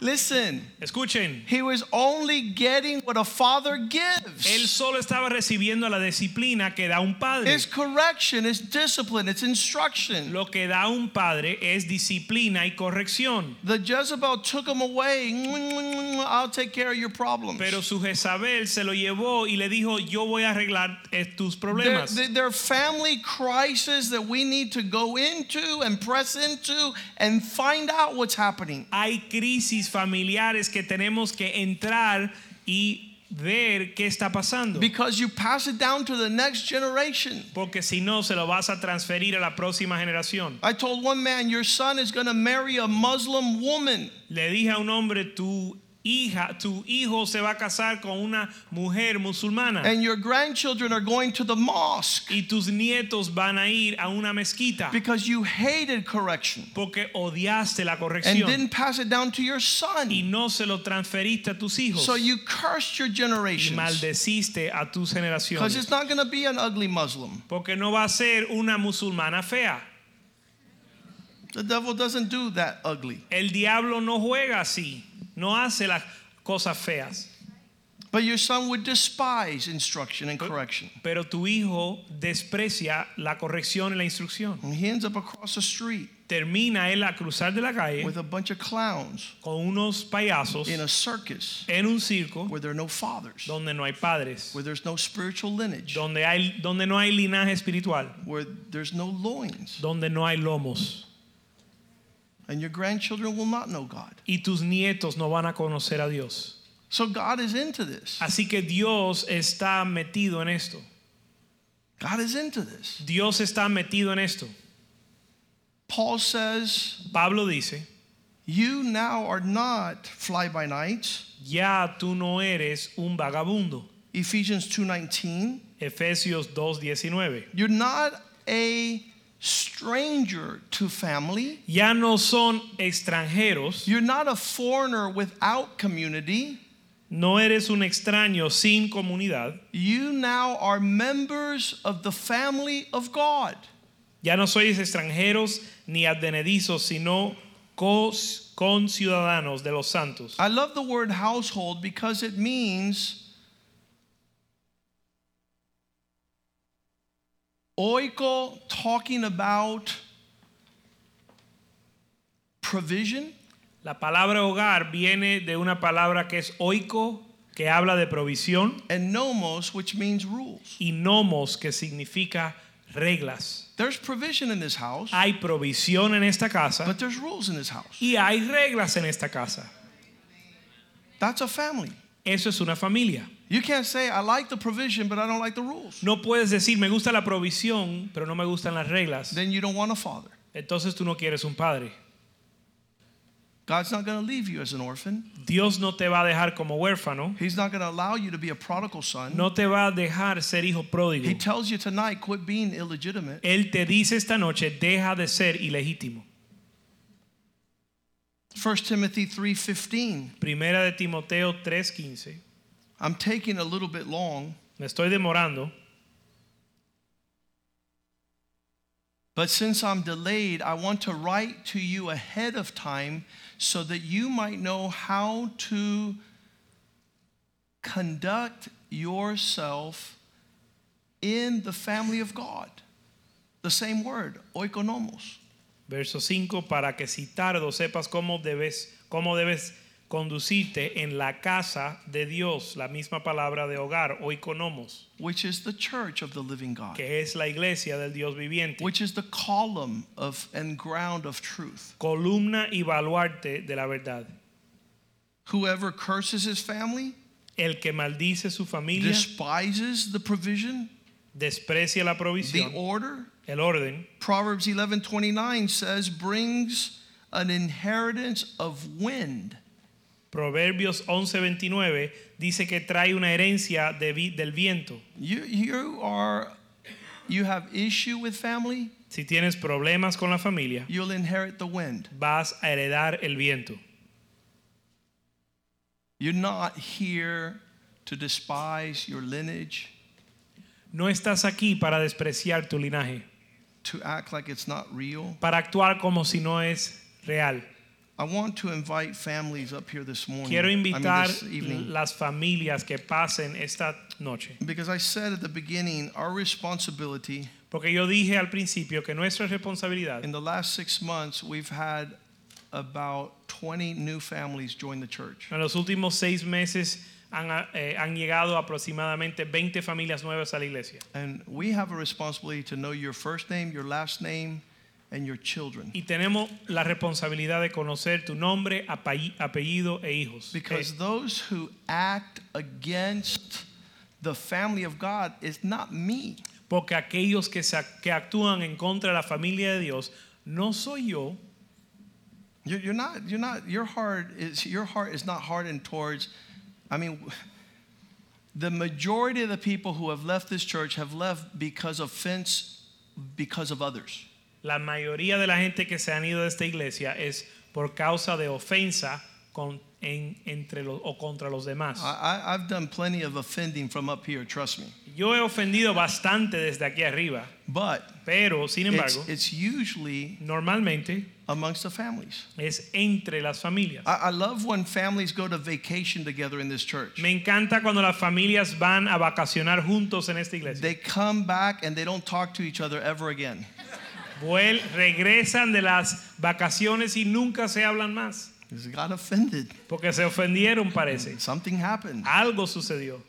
B: Listen,
A: Escuchen,
B: he was only getting what a father gives.
A: él solo estaba recibiendo la disciplina que da un padre.
B: It's correction, it's discipline, it's instruction.
A: Lo que da un padre es disciplina y corrección.
B: The Jezebel took him away. I'll take care of your problems.
A: Pero su Jezabel se lo llevó y le dijo, yo voy a arreglar eh, tus
B: There,
A: problemas.
B: there are family crises that we need to go into and press into and find out what's happening.
A: Hay crisis familiares que tenemos que entrar y ver qué está pasando.
B: Because you pass it down to the next generation.
A: Porque si no, se lo vas a transferir a la próxima generación.
B: I told one man, Your son is going to marry a Muslim woman.
A: Le dije a un hombre, tu hija, tu hijo se va a casar con una mujer musulmana.
B: and your grandchildren are going to the mosque
A: y tus nietos van a ir a una mezquita
B: because you hated correction
A: porque odiaste la
B: and
A: corrección
B: didn't pass it down to your
A: y
B: son.
A: no se lo transferiste a tus hijos.
B: So you cursed your
A: y
B: generation
A: maldeciste a tus
B: because
A: generaciones.
B: it's not going to be an ugly Muslim.
A: Porque no va a ser una musulmana fea.
B: The devil doesn't do that ugly.
A: El diablo no juega así. No hace las cosas feas.
B: But your son would despise instruction and correction.
A: Pero tu hijo desprecia la corrección y la instrucción.
B: And he ends up across the street
A: termina él a cruzar de la calle
B: with a bunch of clowns
A: con unos payasos
B: in a circus
A: en un circo
B: where there are no fathers,
A: donde no hay padres,
B: where there's no spiritual lineage,
A: donde, hay, donde no hay linaje espiritual,
B: where there's no loins.
A: donde no hay lomos.
B: And your grandchildren will not know God.
A: Y tus nietos no van a conocer a Dios.
B: So God is into this.
A: Así que Dios está metido en esto.
B: God is into this.
A: Dios está metido en esto.
B: Paul says,
A: Pablo dice,
B: You now are not fly by nights.
A: ya tú no eres un vagabundo.
B: Ephesians 2:19.
A: Efesios 2.19.
B: You're not a stranger to family.
A: Ya no son extranjeros,
B: You're not a foreigner without community.
A: no eres un extraño sin comunidad.
B: You now are members of the family of God.
A: Ya no sois extranjeros ni advenedizos, sino cos- conciudadanos de los santos.
B: I love the word household because it means oiko talking about provision,
A: La palabra hogar viene de una palabra que es oico, que habla de provisión,
B: and nomos, which means rules.
A: y nomos, que significa reglas.
B: There's provision in this house,
A: Hay provisión en esta casa
B: but there's rules in this house.
A: y hay reglas en esta casa.
B: That's a family.
A: Eso es una familia.
B: You can't say, I like the provision, but I don't like the rules.
A: No puedes decir, me gusta la provisión, pero no me gustan las reglas.
B: Then you don't want a father.
A: Entonces tú no quieres un padre.
B: God's not going to leave you as an orphan.
A: Dios no te va a dejar como huérfano.
B: He's not going to allow you to be a prodigal son.
A: No te va a dejar ser hijo pródigo.
B: He tells you tonight, quit being illegitimate.
A: Él te dice esta noche, deja de ser ilegítimo.
B: 1 Timothy 3:15.
A: Primera de Timoteo 3:15.
B: I'm taking a little bit long,
A: Me estoy demorando,
B: but since I'm delayed, I want to write to you ahead of time so that you might know how to conduct yourself in the family of God. The same word, oikonomos.
A: Verso 5, para que si tardo sepas cómo debes, cómo debes conducirte en la casa de Dios, la misma palabra de hogar, oikonomos,
B: which is the church of the living God,
A: que es la iglesia del Dios viviente,
B: Ah. which is the column of and ground of truth.
A: columna y baluarte de la verdad.
B: Whoever curses his family,
A: El que maldice su familia,
B: despises the provision,
A: desprecia la
B: the
A: provisión,
B: order.
A: el orden.
B: Proverbs 11:29 says brings an inheritance of wind.
A: Proverbios 11:29 dice que trae una herencia de vi- del viento.
B: You you are you have issue with family,
A: Si tienes problemas con la familia,
B: you'll inherit the wind.
A: vas a heredar el viento.
B: You're not here to despise your lineage,
A: No estás aquí para despreciar tu linaje,
B: to act like it's not real.
A: para actuar como si no es real.
B: I want to invite families up here this morning.
A: Quiero
B: I mean,
A: invitar
B: this evening.
A: las familias que pasen esta noche,
B: Because I said at the beginning, our responsibility
A: porque yo dije al principio que nuestra responsabilidad
B: in the last six months, we've had about 20 new families join the church.
A: en los últimos seis meses han, eh, han llegado aproximadamente 20 familias nuevas a la iglesia.
B: And we have a responsibility to know your first name, your last name, and your children.
A: Y tenemos la responsabilidad de conocer tu nombre, apelli- apellido e hijos.
B: Because those who act against the family of God is not me,
A: Eh, porque aquellos que, se ac- que actúan en contra de la familia de Dios, no soy yo.
B: You're, you're not. You're not. Your heart is. Your heart is not hardened towards. I mean, the majority of the people who have left this church have left because of offense, because of others.
A: La mayoría de la gente que se han ido de esta iglesia es por causa de ofensa con- en- entre los, o contra los demás.
B: I, I, I've done plenty of offending from up here. Trust me.
A: Yo he ofendido bastante desde aquí arriba,
B: But
A: pero sin embargo,
B: it's, it's usually
A: normalmente
B: amongst the families.
A: es entre las familias.
B: I, I love when families go to vacation together in this church.
A: Me encanta cuando las familias van a vacacionar juntos en esta iglesia.
B: They come back and they don't talk to each other ever again.
A: Vuel regresan de las vacaciones y nunca se hablan más.
B: They got offended.
A: Porque se ofendieron, parece.
B: Something happened.
A: Algo sucedió.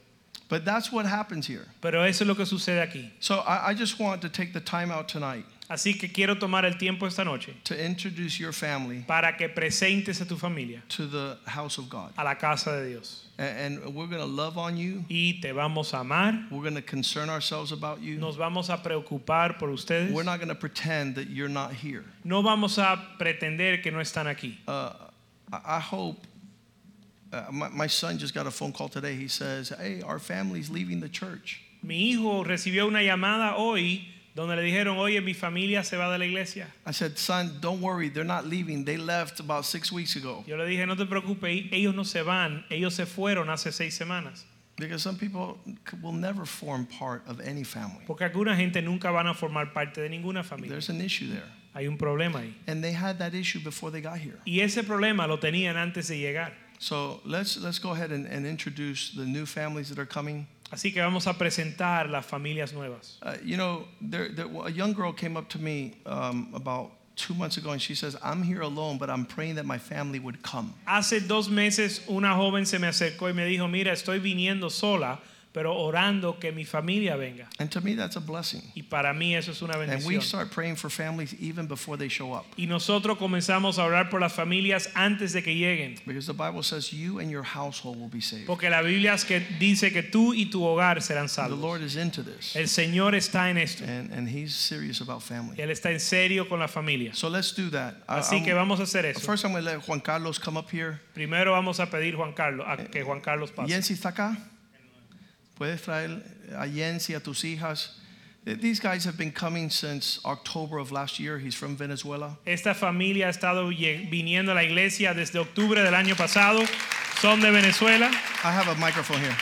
B: But that's what happens here.
A: Pero eso es lo que sucede aquí.
B: So I, I just want to take the time out tonight
A: Así que quiero tomar el tiempo esta noche
B: to introduce your family
A: para que presentes a tu familia
B: to the house of God.
A: a la casa de Dios.
B: A- And, we're going to love on you.
A: Y te vamos a amar,
B: We're going to concern ourselves about you.
A: nos vamos a preocupar por ustedes.
B: We're not going to pretend that you're not here.
A: No vamos a pretender que no están aquí.
B: Uh, I, I hope. Uh, my, my son just got a phone call today. He says, Hey, our family's leaving the church.
A: Mi hijo recibió una llamada hoy donde le dijeron, oye, mi familia se va de la iglesia.
B: I said, Son, don't worry. They're not leaving. They left about six weeks ago.
A: Yo le dije, no te preocupes, ellos no se van, ellos se fueron hace seis semanas.
B: Because some people c- will never form part of any family.
A: Porque alguna gente nunca van a formar parte de ninguna familia.
B: There's an issue there.
A: Hay un problema ahí.
B: And they had that issue before they got here.
A: Y ese problema lo tenían antes de llegar.
B: So let's let's go ahead and, and introduce the new families that are coming.
A: Así que vamos a presentar las familias nuevas.
B: Uh, you know, there, there, a young girl came up to me um, about two months ago, and she says, "I'm here alone, but I'm praying that my family would come."
A: Hace dos meses una joven se me acercó y me dijo, mira, estoy viniendo sola, pero orando que mi familia venga.
B: And to me, that's a blessing.
A: Y para mí eso es una
B: And we
A: bendición.
B: start praying for families even before they show up,
A: Y nosotros comenzamos a orar por las familias antes de que lleguen.
B: because the Bible says, "You and your household will be saved."
A: Porque la Biblia es que dice que tú y tu hogar serán
B: The
A: salvos.
B: Lord is into this,
A: El Señor está en esto.
B: and and He's serious about family.
A: Él está en serio con la familia.
B: So let's do that. I-
A: Así que
B: I'm-
A: vamos a hacer eso.
B: first, I'm going to let Juan Carlos come up here.
A: Primero vamos a pedir Juan Carlos, a que Juan Carlos pase.
B: Yancy está acá. Puedes traer a Yancy, a tus hijas. These guys have been coming since October of last year. He's from Venezuela.
A: Esta familia ha estado ye- viniendo a la iglesia desde octubre del año pasado. Son de Venezuela.
B: I have a microphone here.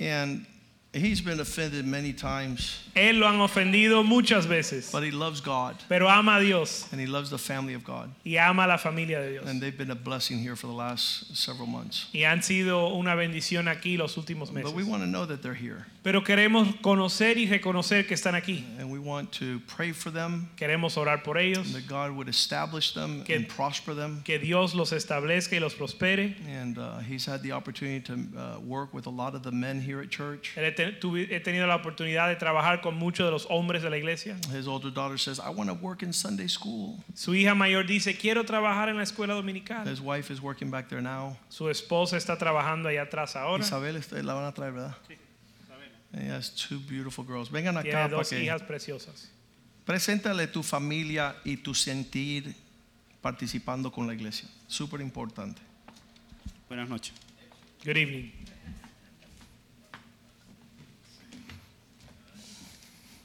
B: And He's been offended many times,
A: Él lo han ofendido muchas veces,
B: but he loves God
A: pero ama a Dios
B: and he loves the family of God.
A: y ama a la familia de Dios.
B: And they've been a blessing here for the last several months.
A: Y han sido una bendición aquí los últimos meses.
B: But we want to know that they're here
A: Pero queremos conocer y reconocer que están aquí.
B: and we want to pray for them
A: Queremos orar por
B: and
A: ellos,
B: that God would establish them
A: Que-
B: and prosper them.
A: que Dios los establezca y los prospere.
B: And uh, he's had the opportunity to uh, work with a lot of the men here at church.
A: He te- tuve- he tenido la oportunidad de trabajar con muchos de los hombres de la iglesia.
B: His older daughter says, I want to work in Sunday school.
A: Su hija mayor dice, quiero trabajar en la escuela dominical.
B: His wife is working back there now.
A: Su esposa está trabajando allá atrás ahora.
B: Isabel, este, la van a traer, ¿verdad? She has two beautiful girls. Vengan
A: Tiene
B: acá para
A: dos
B: que.
A: hijas preciosas.
B: Preséntale tu familia y tu sentir participando con la iglesia. Súper importante.
C: Buenas noches.
A: Good evening.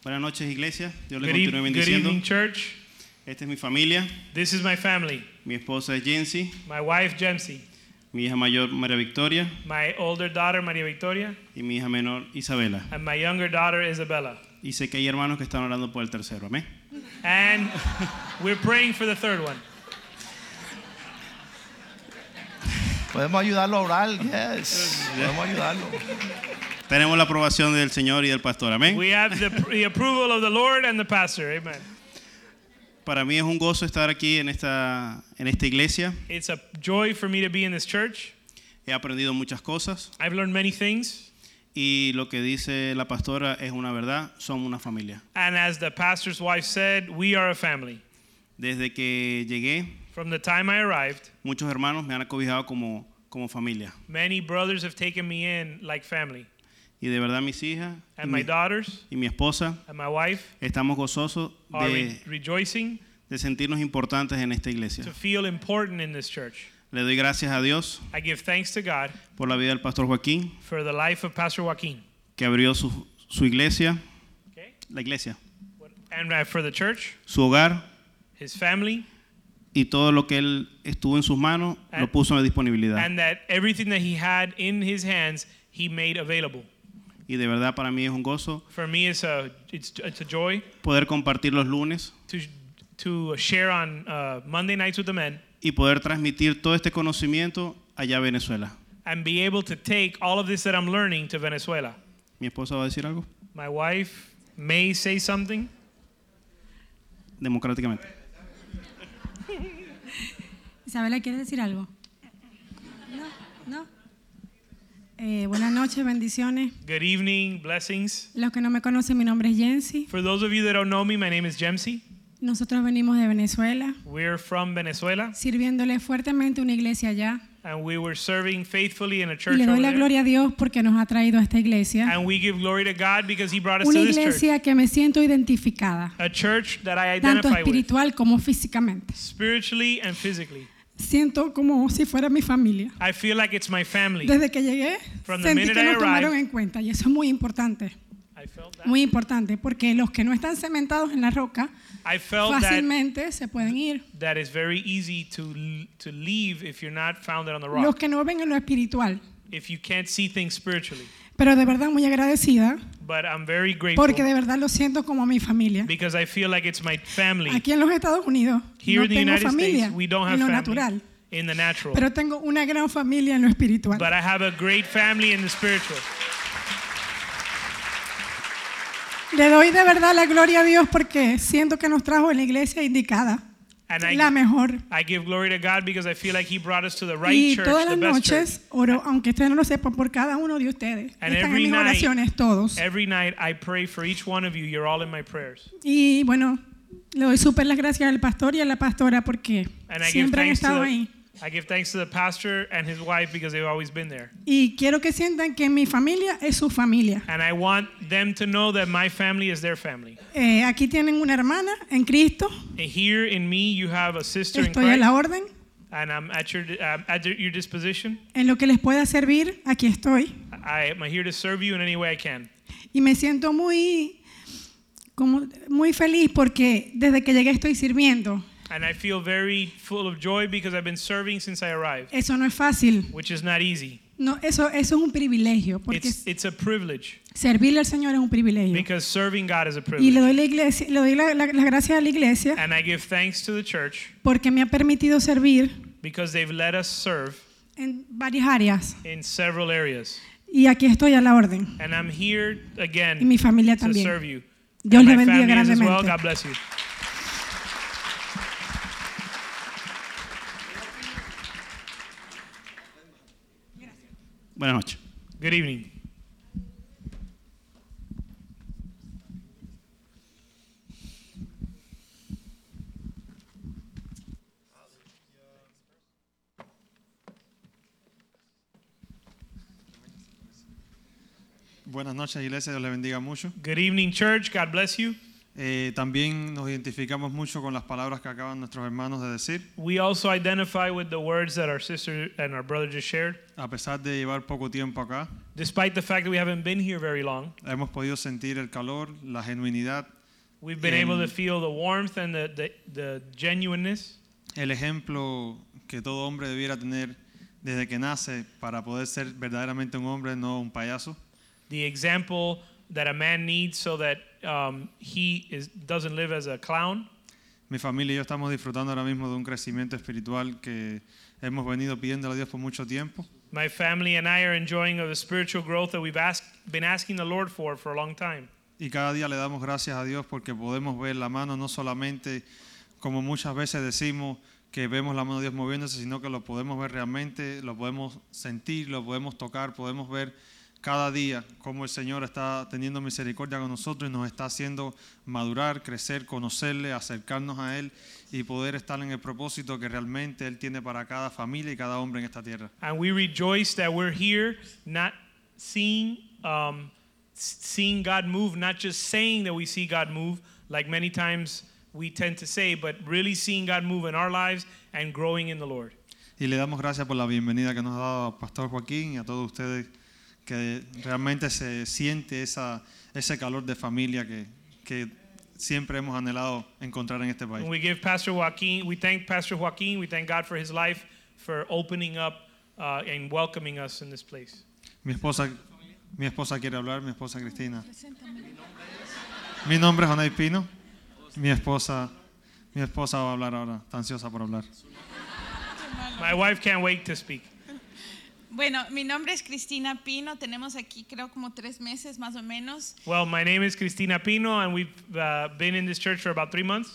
C: Buenas noches, iglesia. Dios le
A: Good,
C: continúe
A: eve- good evening,
C: bendiciendo.
A: church.
C: Esta es mi familia.
A: This is my family.
C: Mi esposa es Jency,
A: My wife, Jemsey.
C: mi hija mayor María Victoria
A: My older daughter, Maria Victoria.
C: y mi hija menor Isabela.
A: And my younger daughter, Isabella.
C: Y sé que hay hermanos que están orando por el tercero, amén.
A: And we're praying for the third one.
B: Podemos ayudarlo a orar, yes. Podemos ayudarlo.
C: Tenemos la aprobación del Señor y del pastor, amén.
A: We have the, the approval of the Lord and the pastor. Amen.
C: Para mí es un gozo estar aquí en esta, en esta iglesia.
A: It's a joy for me to be in this church.
C: He aprendido muchas cosas
A: I've learned many things.
C: y lo que dice la pastora es una verdad, somos una familia.
A: And as the pastor's wife said, we are a family.
C: Desde que llegué,
A: From the time I arrived,
C: muchos hermanos me han acobijado como, como familia.
A: many brothers have taken me in like family.
C: Y de verdad mis hijas y
A: And my
C: mis-
A: daughters
C: y mi esposa
A: and my wife
C: estamos gozosos
A: are
C: de,
A: re- rejoicing
C: de sentirnos importantes en esta
A: to
C: iglesia.
A: feel important in this church.
C: Le doy gracias a Dios
A: I give thanks to God
C: por la vida del pastor Joaquín,
A: for the life of Pastor Joaquin
C: que abrió su, su iglesia,
A: okay?
C: la iglesia,
A: and uh, for the church,
C: su hogar
A: his family,
C: y todo lo que él estuvo en sus manos
A: And-
C: lo puso en disponibilidad.
A: and that everything that he had in his hands, he made available.
C: Y de verdad para mí es un gozo
A: For me, it's a, it's, it's a joy
C: poder compartir los lunes
A: to, to share on uh, Monday nights with the men
C: y poder transmitir todo este conocimiento allá a Venezuela.
A: and be able to take all of this that I'm learning to Venezuela.
C: ¿Mi esposa va a decir algo?
A: My wife may say something.
C: Democráticamente.
D: Isabela, ¿quieres decir algo? No, no. Eh, buenas noches, bendiciones.
A: Good evening, blessings.
D: Los que no me conocen, mi nombre es Jensi.
A: For those of you that don't know me, my name is Jemsi.
D: Nosotros venimos de Venezuela,
A: We're from Venezuela,
D: sirviéndole fuertemente a una iglesia allá.
A: and we were serving faithfully in a
D: Y
A: church
D: le
A: over
D: doy la
A: there.
D: gloria a Dios porque nos ha traído a esta iglesia.
A: And we give glory to God because He brought us
D: Una
A: to this church.
D: iglesia que me siento identificada,
A: A church that I
D: tanto
A: identify with,
D: espiritual como físicamente.
A: spiritually and physically.
D: Siento como si fuera mi familia.
A: I feel like it's my family.
D: Desde que llegué,
A: From the
D: sentí
A: minute
D: que
A: I
D: nos tomaron
A: arrived-
D: en cuenta y eso es muy importante.
A: I felt that.
D: Muy importante, porque los que no están cementados en la roca
A: I felt that
D: fácilmente se pueden ir.
A: that is very easy to to leave if you're not founded on the
D: Los
A: rock.
D: que no ven en lo espiritual.
A: If you can't see things spiritually.
D: Pero de verdad muy agradecida,
A: But I'm very grateful
D: porque de verdad lo siento como mi familia.
A: because I feel like it's my family.
D: Aquí en los Estados Unidos
A: Here
D: no
A: in the
D: tengo
A: United
D: familia
A: States, we don't have
D: en lo
A: family
D: natural,
A: in the natural.
D: pero tengo una gran familia en lo espiritual.
A: But I have a great family in the spiritual.
D: Le doy de verdad la gloria a Dios porque siento que nos trajo en la iglesia indicada,
A: And
D: la
A: I
D: mejor.
A: I give glory to God because I feel like he brought us to the right
D: Y
A: church,
D: todas
A: the
D: las
A: best church.
D: noches oro, aunque ustedes no lo sepan, por cada uno de ustedes.
A: And
D: Están
A: every
D: en mis
A: night-
D: oraciones todos.
A: Every night I pray for each one of you. You're all in my prayers.
D: Y bueno, le doy súper las gracias al pastor y a la pastora porque
A: And I give
D: siempre han
A: thanks to
D: estado
A: the,
D: ahí.
A: I give thanks to the pastor and his wife because they've always been there.
D: Y quiero que sientan que mi familia es su familia.
A: And I want them to know that my family is their family.
D: Eh, aquí tienen una hermana en Cristo.
A: And here in me you have a sister in
D: Estoy a la
A: Christ
D: orden.
A: and I'm at your I'm at your disposition.
D: En lo que les pueda servir, aquí estoy.
A: I am here to serve you in any way I can.
D: Y me siento muy, como, muy feliz porque desde que llegué estoy sirviendo.
A: And I feel very full of joy because I've been serving since I arrived,
D: Eso no es fácil.
A: which is not easy.
D: No, eso, eso es un privilegio, porque
A: It's, it's a privilege
D: servirle al Señor es un privilegio.
A: because serving God is a
D: Y le
A: privilege.
D: doy, la iglesia, le doy la- la- las gracias a la iglesia
A: And I give thanks to the church
D: porque me ha permitido servir
A: because they've let us serve
D: en varias áreas.
A: in several areas.
D: Y aquí estoy a la orden.
A: And I'm here
D: Y mi
A: again
D: familia
A: to serve
D: también.
A: you.
D: Dios
A: And
D: le
A: my
D: bendiga
A: family is as well.
D: grandemente.
A: God bless you.
C: Buenas noches.
A: Good evening.
E: Buenas noches, iglesia. Dios les bendiga mucho.
A: Good evening, church. God bless you.
E: Eh, también nos identificamos mucho con las palabras que acaban nuestros hermanos de decir.
A: We also identify with the words that our sister and our brother just shared.
E: A pesar de llevar poco tiempo acá,
A: Despite the fact that we haven't been here very long,
E: hemos podido sentir el calor, la genuinidad,
A: we've been able to feel the warmth and the, the, the genuineness,
E: el ejemplo que todo hombre debiera tener desde que nace para poder ser verdaderamente un hombre, no un payaso.
A: the example that a man needs so that um, he is, doesn't live as a clown.
E: Mi familia y yo estamos disfrutando ahora mismo de un crecimiento espiritual que hemos venido pidiéndole a Dios por mucho tiempo.
A: My family and I are enjoying of the spiritual growth that we've asked, been asking the Lord for for a long time.
E: Y cada día le damos gracias a Dios porque podemos ver la mano, no solamente como muchas veces decimos que vemos la mano de Dios moviéndose, sino que lo podemos ver realmente, lo podemos sentir, lo podemos tocar, podemos ver cada día cómo el Señor está teniendo misericordia con nosotros y nos está haciendo madurar, crecer, conocerle, acercarnos a Él y poder estar en el propósito que realmente Él tiene para cada familia y cada hombre en esta tierra.
A: And we rejoice that we're here, not seeing, um, s- seeing God move, not just saying that we see God move, like many times we tend to say, but really seeing God move in our lives and growing in the Lord.
E: Y le damos gracias por la bienvenida que nos ha dado al Pastor Joaquín y a todos ustedes, que realmente se siente esa, ese calor de familia que, que siempre hemos anhelado encontrar en este
A: And
E: país.
A: we give Pastor Joaquin, we thank Pastor Joaquin, we thank God for his life, for opening up uh, and welcoming us in this place.
E: Mi esposa, mi esposa quiere hablar, mi esposa Cristina. Mi nombre es Jonay Pino. Mi esposa, mi esposa va a hablar ahora, está ansiosa por hablar.
A: My wife can't wait to speak.
F: Bueno, mi nombre es Cristina Pino. Tenemos aquí creo como tres meses más o menos.
A: Well, my name is Cristina Pino, and we've uh, been in this church for about three months.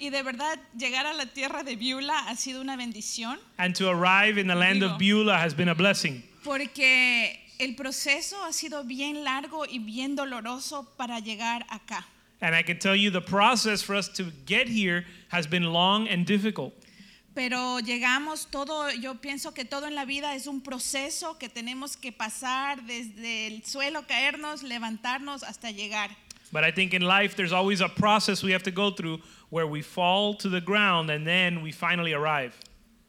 F: Y de verdad, llegar a la tierra de Viula ha sido una bendición
A: And to arrive in the land of Beulah has been a blessing.
F: porque el proceso ha sido bien largo y bien doloroso para llegar acá.
A: And I can tell you the process for us to get here has been long and difficult.
F: Pero llegamos todo, yo pienso que todo en la vida es un proceso que tenemos que pasar desde el suelo, caernos, levantarnos hasta llegar.
A: But I think in life there's always a process we have to go through where we fall to the ground and then we finally arrive.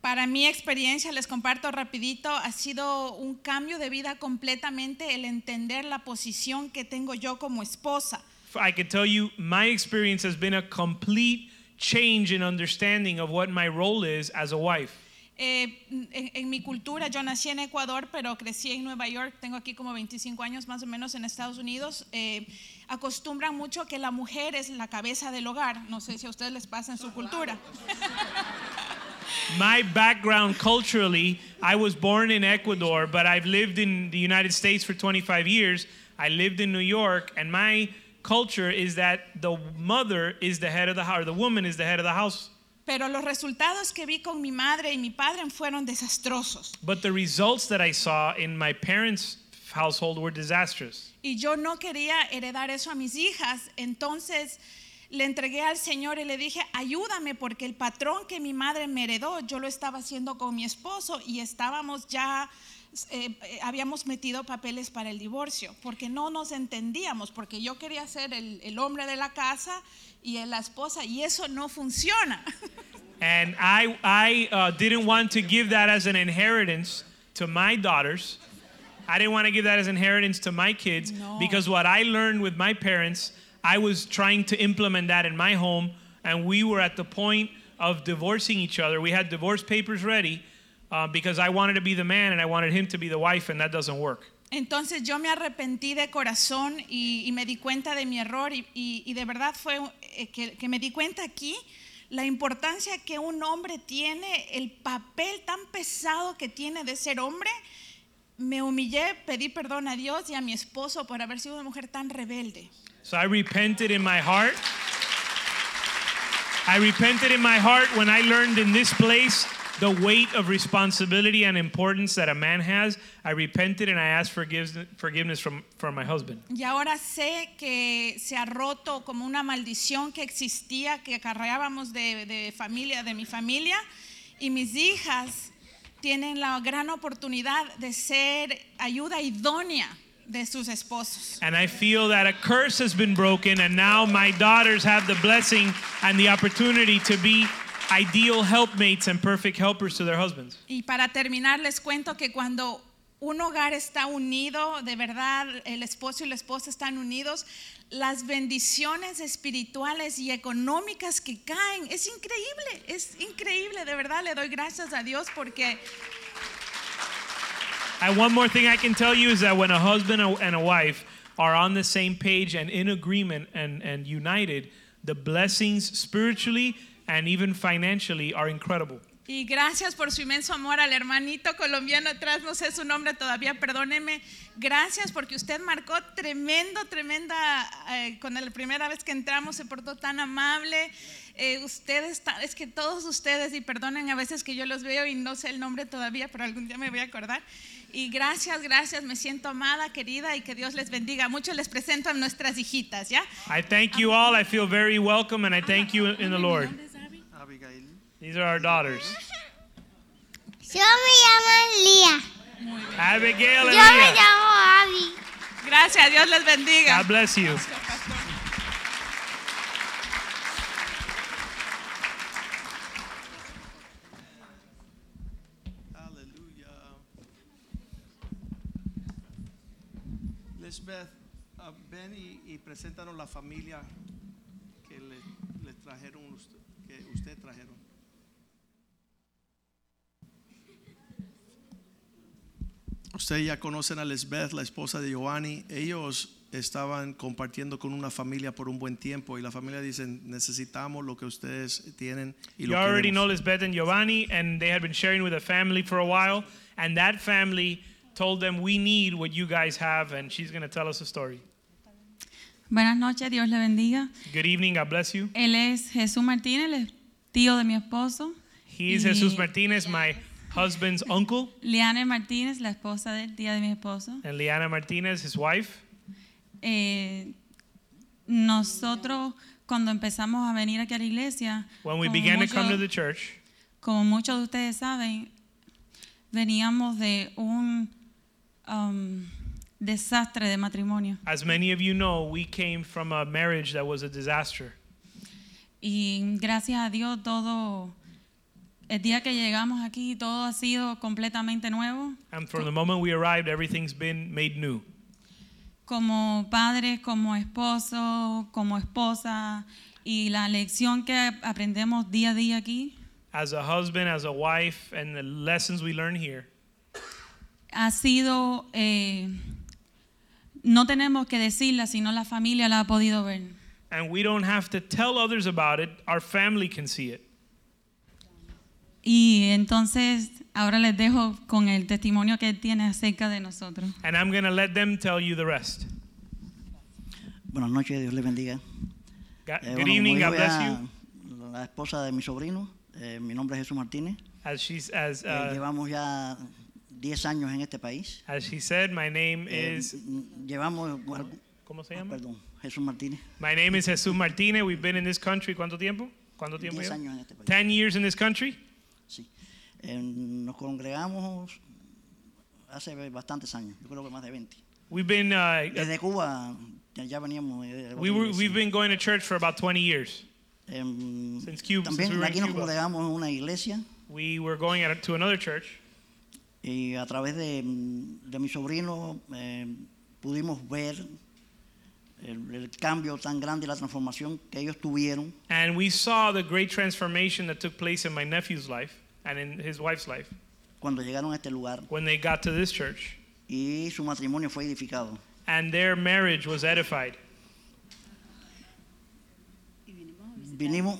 F: Para mi experiencia, les comparto rapidito, ha sido un cambio de vida completamente el entender la posición que tengo yo como esposa.
A: F- I can tell you my experience has been a complete change in understanding of what my role is as a wife.
F: Eh, en, en mi cultura, yo nací en Ecuador, pero crecí en Nueva York, tengo aquí como 25 años más o menos en Estados Unidos, eh, acostumbran mucho que la mujer es la cabeza del hogar, no sé si a ustedes les pasa en su cultura.
A: My background culturally, I was born in Ecuador, but I've lived in the United States for 25 years. I lived in New York, and my culture is that the mother is the head of the house, or the woman is the head of the house.
F: Pero los resultados que vi con mi madre y mi padre fueron desastrosos.
A: But the results that I saw in my parents' household were disastrous.
F: Y yo no quería heredar eso a mis hijas, entonces le entregué al Señor y le dije, ayúdame porque el patrón que mi madre me heredó, yo lo estaba haciendo con mi esposo y estábamos ya, eh, eh, habíamos metido papeles para el divorcio, porque no nos entendíamos, porque yo quería ser el, el hombre de la casa y él la esposa y eso no funciona.
A: And I, I uh, didn't want to give that as an inheritance to my daughters. I didn't want to give that as inheritance to my kids
F: No.
A: because what I learned with my parents, I was trying to implement that in my home, and we were at the point of divorcing each other. We had divorce papers ready uh, because I wanted to be the man and I wanted him to be the wife, and that doesn't work.
F: Entonces yo me arrepentí de corazón y, y me di cuenta de mi error y, y- y de verdad fue eh, que, que me di cuenta aquí la importancia que un hombre tiene, el papel tan pesado que tiene de ser hombre. Me humillé, pedí perdón a Dios y a mi esposo por haber sido una mujer tan rebelde.
A: So I repented in my heart. I repented in my heart when I learned in this place the weight of responsibility and importance that a man has. I repented and I asked forgives, forgiveness from, from my husband.
F: Y ahora sé que se ha roto como una maldición que existía, que acarreábamos de, de familia, de mi familia, y mis hijas tienen la gran oportunidad de ser ayuda idónea de sus esposos.
A: And I feel that a curse has been broken, and now my daughters have the blessing and the opportunity to be ideal helpmates and perfect helpers to their husbands.
F: Y para terminar, les cuento que cuando un hogar está unido, de verdad, el esposo y la esposa están unidos, las bendiciones espirituales y económicas que caen, es increíble, es increíble, de verdad, le doy gracias a Dios porque...
A: And one more thing I can tell you is that when a husband and a wife are on the same page and in agreement and, and united, the blessings spiritually and even financially are incredible.
F: Y gracias por su inmenso amor al hermanito colombiano atrás, no sé su nombre todavía, perdóneme. Gracias porque usted marcó tremendo, tremenda, eh, con la primera vez que entramos se portó tan amable. Eh, ustedes, ta- es que todos ustedes, y perdonen a veces que yo los veo y no sé el nombre todavía, pero algún día me voy a acordar. Y gracias, gracias, me siento amada, querida, y que Dios les bendiga. Mucho les presento a nuestras hijitas, ¿ya?
A: I thank you all. I feel very welcome and I thank you in the Lord. These are our daughters
G: Yo me llamo Lía.
A: Abigail
G: Yo
A: and
G: me
A: Leah.
G: llamo Abby.
F: Gracias, Dios les bendiga.
A: God bless you.
B: Hallelujah. Lisbeth, ah, ven y, y preséntanos la familia que le, le trajeron, usted, que usted trajeron. Ustedes ya conocen a Lisbeth, la esposa de Giovanni. Ellos estaban compartiendo con una familia por un buen tiempo y la familia dice, necesitamos lo que ustedes tienen y
A: You
B: lo
A: already
B: queremos".
A: know Lisbeth and Giovanni, and they had been sharing with a family for a while. And that family told them, We need what you guys have. And she's going to tell us a story.
H: Buenas noches, Dios le bendiga.
A: Good evening. God bless you.
H: Él es Jesús Martínez, él es tío de mi esposo.
A: He is
H: Y
A: Jesus Martinez, my husband's uncle,
H: Liane Martínez, la esposa del tía de mi esposo.
A: and Liana Martinez, his wife.
H: Eh, nosotros, cuando empezamos a venir aquí a la iglesia,
A: When we
H: como
A: began to come to
H: muchos-
A: the church,
H: como muchos de ustedes saben, veníamos de un um, desastre de matrimonio.
A: as many of you know, we came from a marriage that was a disaster.
H: Y gracias a Dios todo, el día que llegamos aquí, todo ha sido completamente nuevo.
A: And from the moment we arrived, everything's been made new.
H: Como padres, como esposo, como esposa, y la lección que aprendemos día a día aquí
A: As a husband, as a wife, and the lessons we learn here,
H: ha sido, eh, no tenemos que decirla, sino la familia la ha podido ver.
A: and we don't have to tell others about it, our family can see it.
H: Y entonces ahora les dejo con el testimonio que él tiene acerca de nosotros.
A: And I'm going to let them tell you the rest.
I: Buenas noches, Dios les bendiga.
A: God,
I: Eh,
A: good
I: bueno,
A: evening.
I: como
A: God
I: dijo
A: bless
I: ya
A: you.
I: La esposa de mi sobrino, eh, mi nombre es Jesús Martínez.
A: As she's as
I: Eh,
A: uh,
I: llevamos ya 10 años en este país.
A: as she said, my name
I: Eh,
A: is.
I: mm, llevamos. guar-
A: ¿Cómo se
I: ah,
A: llama?
I: perdón, Jesús Martínez.
A: My name is Jesus Martinez. We've been in this country. ¿Cuánto tiempo? ¿Cuánto tiempo?
I: 10
A: lleva?
I: años en este país.
A: Ten years in this country.
I: Sí. Eh, nos congregamos hace bastantes años, yo creo que más de 20.
A: We've been uh,
I: Desde Cuba ya, ya veníamos. eh,
A: we were, we've been going to church for about 20 years.
I: Em,
A: since Cuba-
I: también
A: since we were in
I: aquí nos
A: Cuba.
I: congregamos en una iglesia
A: We were going at, to another church,
I: y a través de, mm, de mi sobrino eh, pudimos ver el, el cambio tan grande y la transformación que ellos tuvieron.
A: And we saw the great transformation that took place in my nephew's life and in his wife's life. When they got to this church.
I: este Y su matrimonio fue edificado.
A: And their marriage was edified.
I: Vinimos,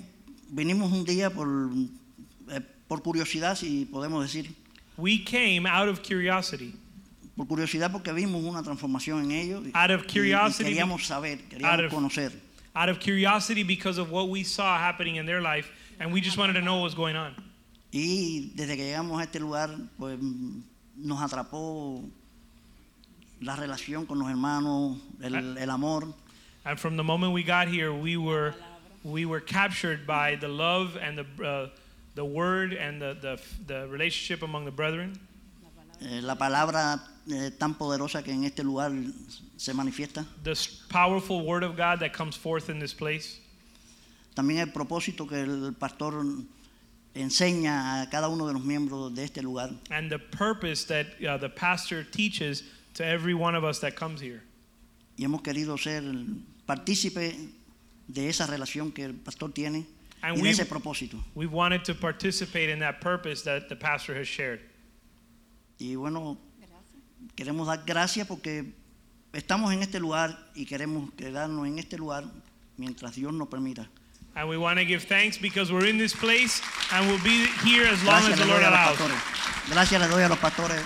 I: vinimos un día por, eh, por curiosidad, si podemos decir.
A: We came out of curiosity.
I: Por curiosidad porque vimos una transformación en ellos. y-
A: Out of
I: y- y
A: curiosity,
I: queríamos
A: be-
I: saber,
A: out
I: queríamos
A: of-
I: conocer.
A: Out of curiosity because of what we saw happening in their life, and we just wanted to know what was going on.
I: Y desde que llegamos a este lugar, pues mm, nos atrapó la relación con los hermanos,
A: Ah.
I: el, el amor.
A: And from the moment we got here, we were we were captured by the love and the uh, the word and the, the the relationship among the brethren.
I: eh, la palabra eh, tan poderosa que en este lugar se manifiesta.
A: This powerful word of God that comes forth in this place.
I: También el propósito que el pastor enseña a cada uno de los miembros de este lugar.
A: and the purpose that uh, the pastor teaches to every one of us that comes here.
I: Y hemos querido ser partícipe de esa relación que el pastor tiene
A: And
I: y de
A: we-
I: ese propósito.
A: We've wanted to participate in that purpose that the pastor has shared.
I: Y bueno, queremos dar gracias porque estamos en este lugar y queremos quedarnos en este lugar mientras Dios nos permita.
A: And we want to give thanks because we're in this place and we'll be here as long as
I: Gracias
A: the
I: le
A: Lord
I: doy a los
A: allows.
I: pastores. Gracias le doy a los pastores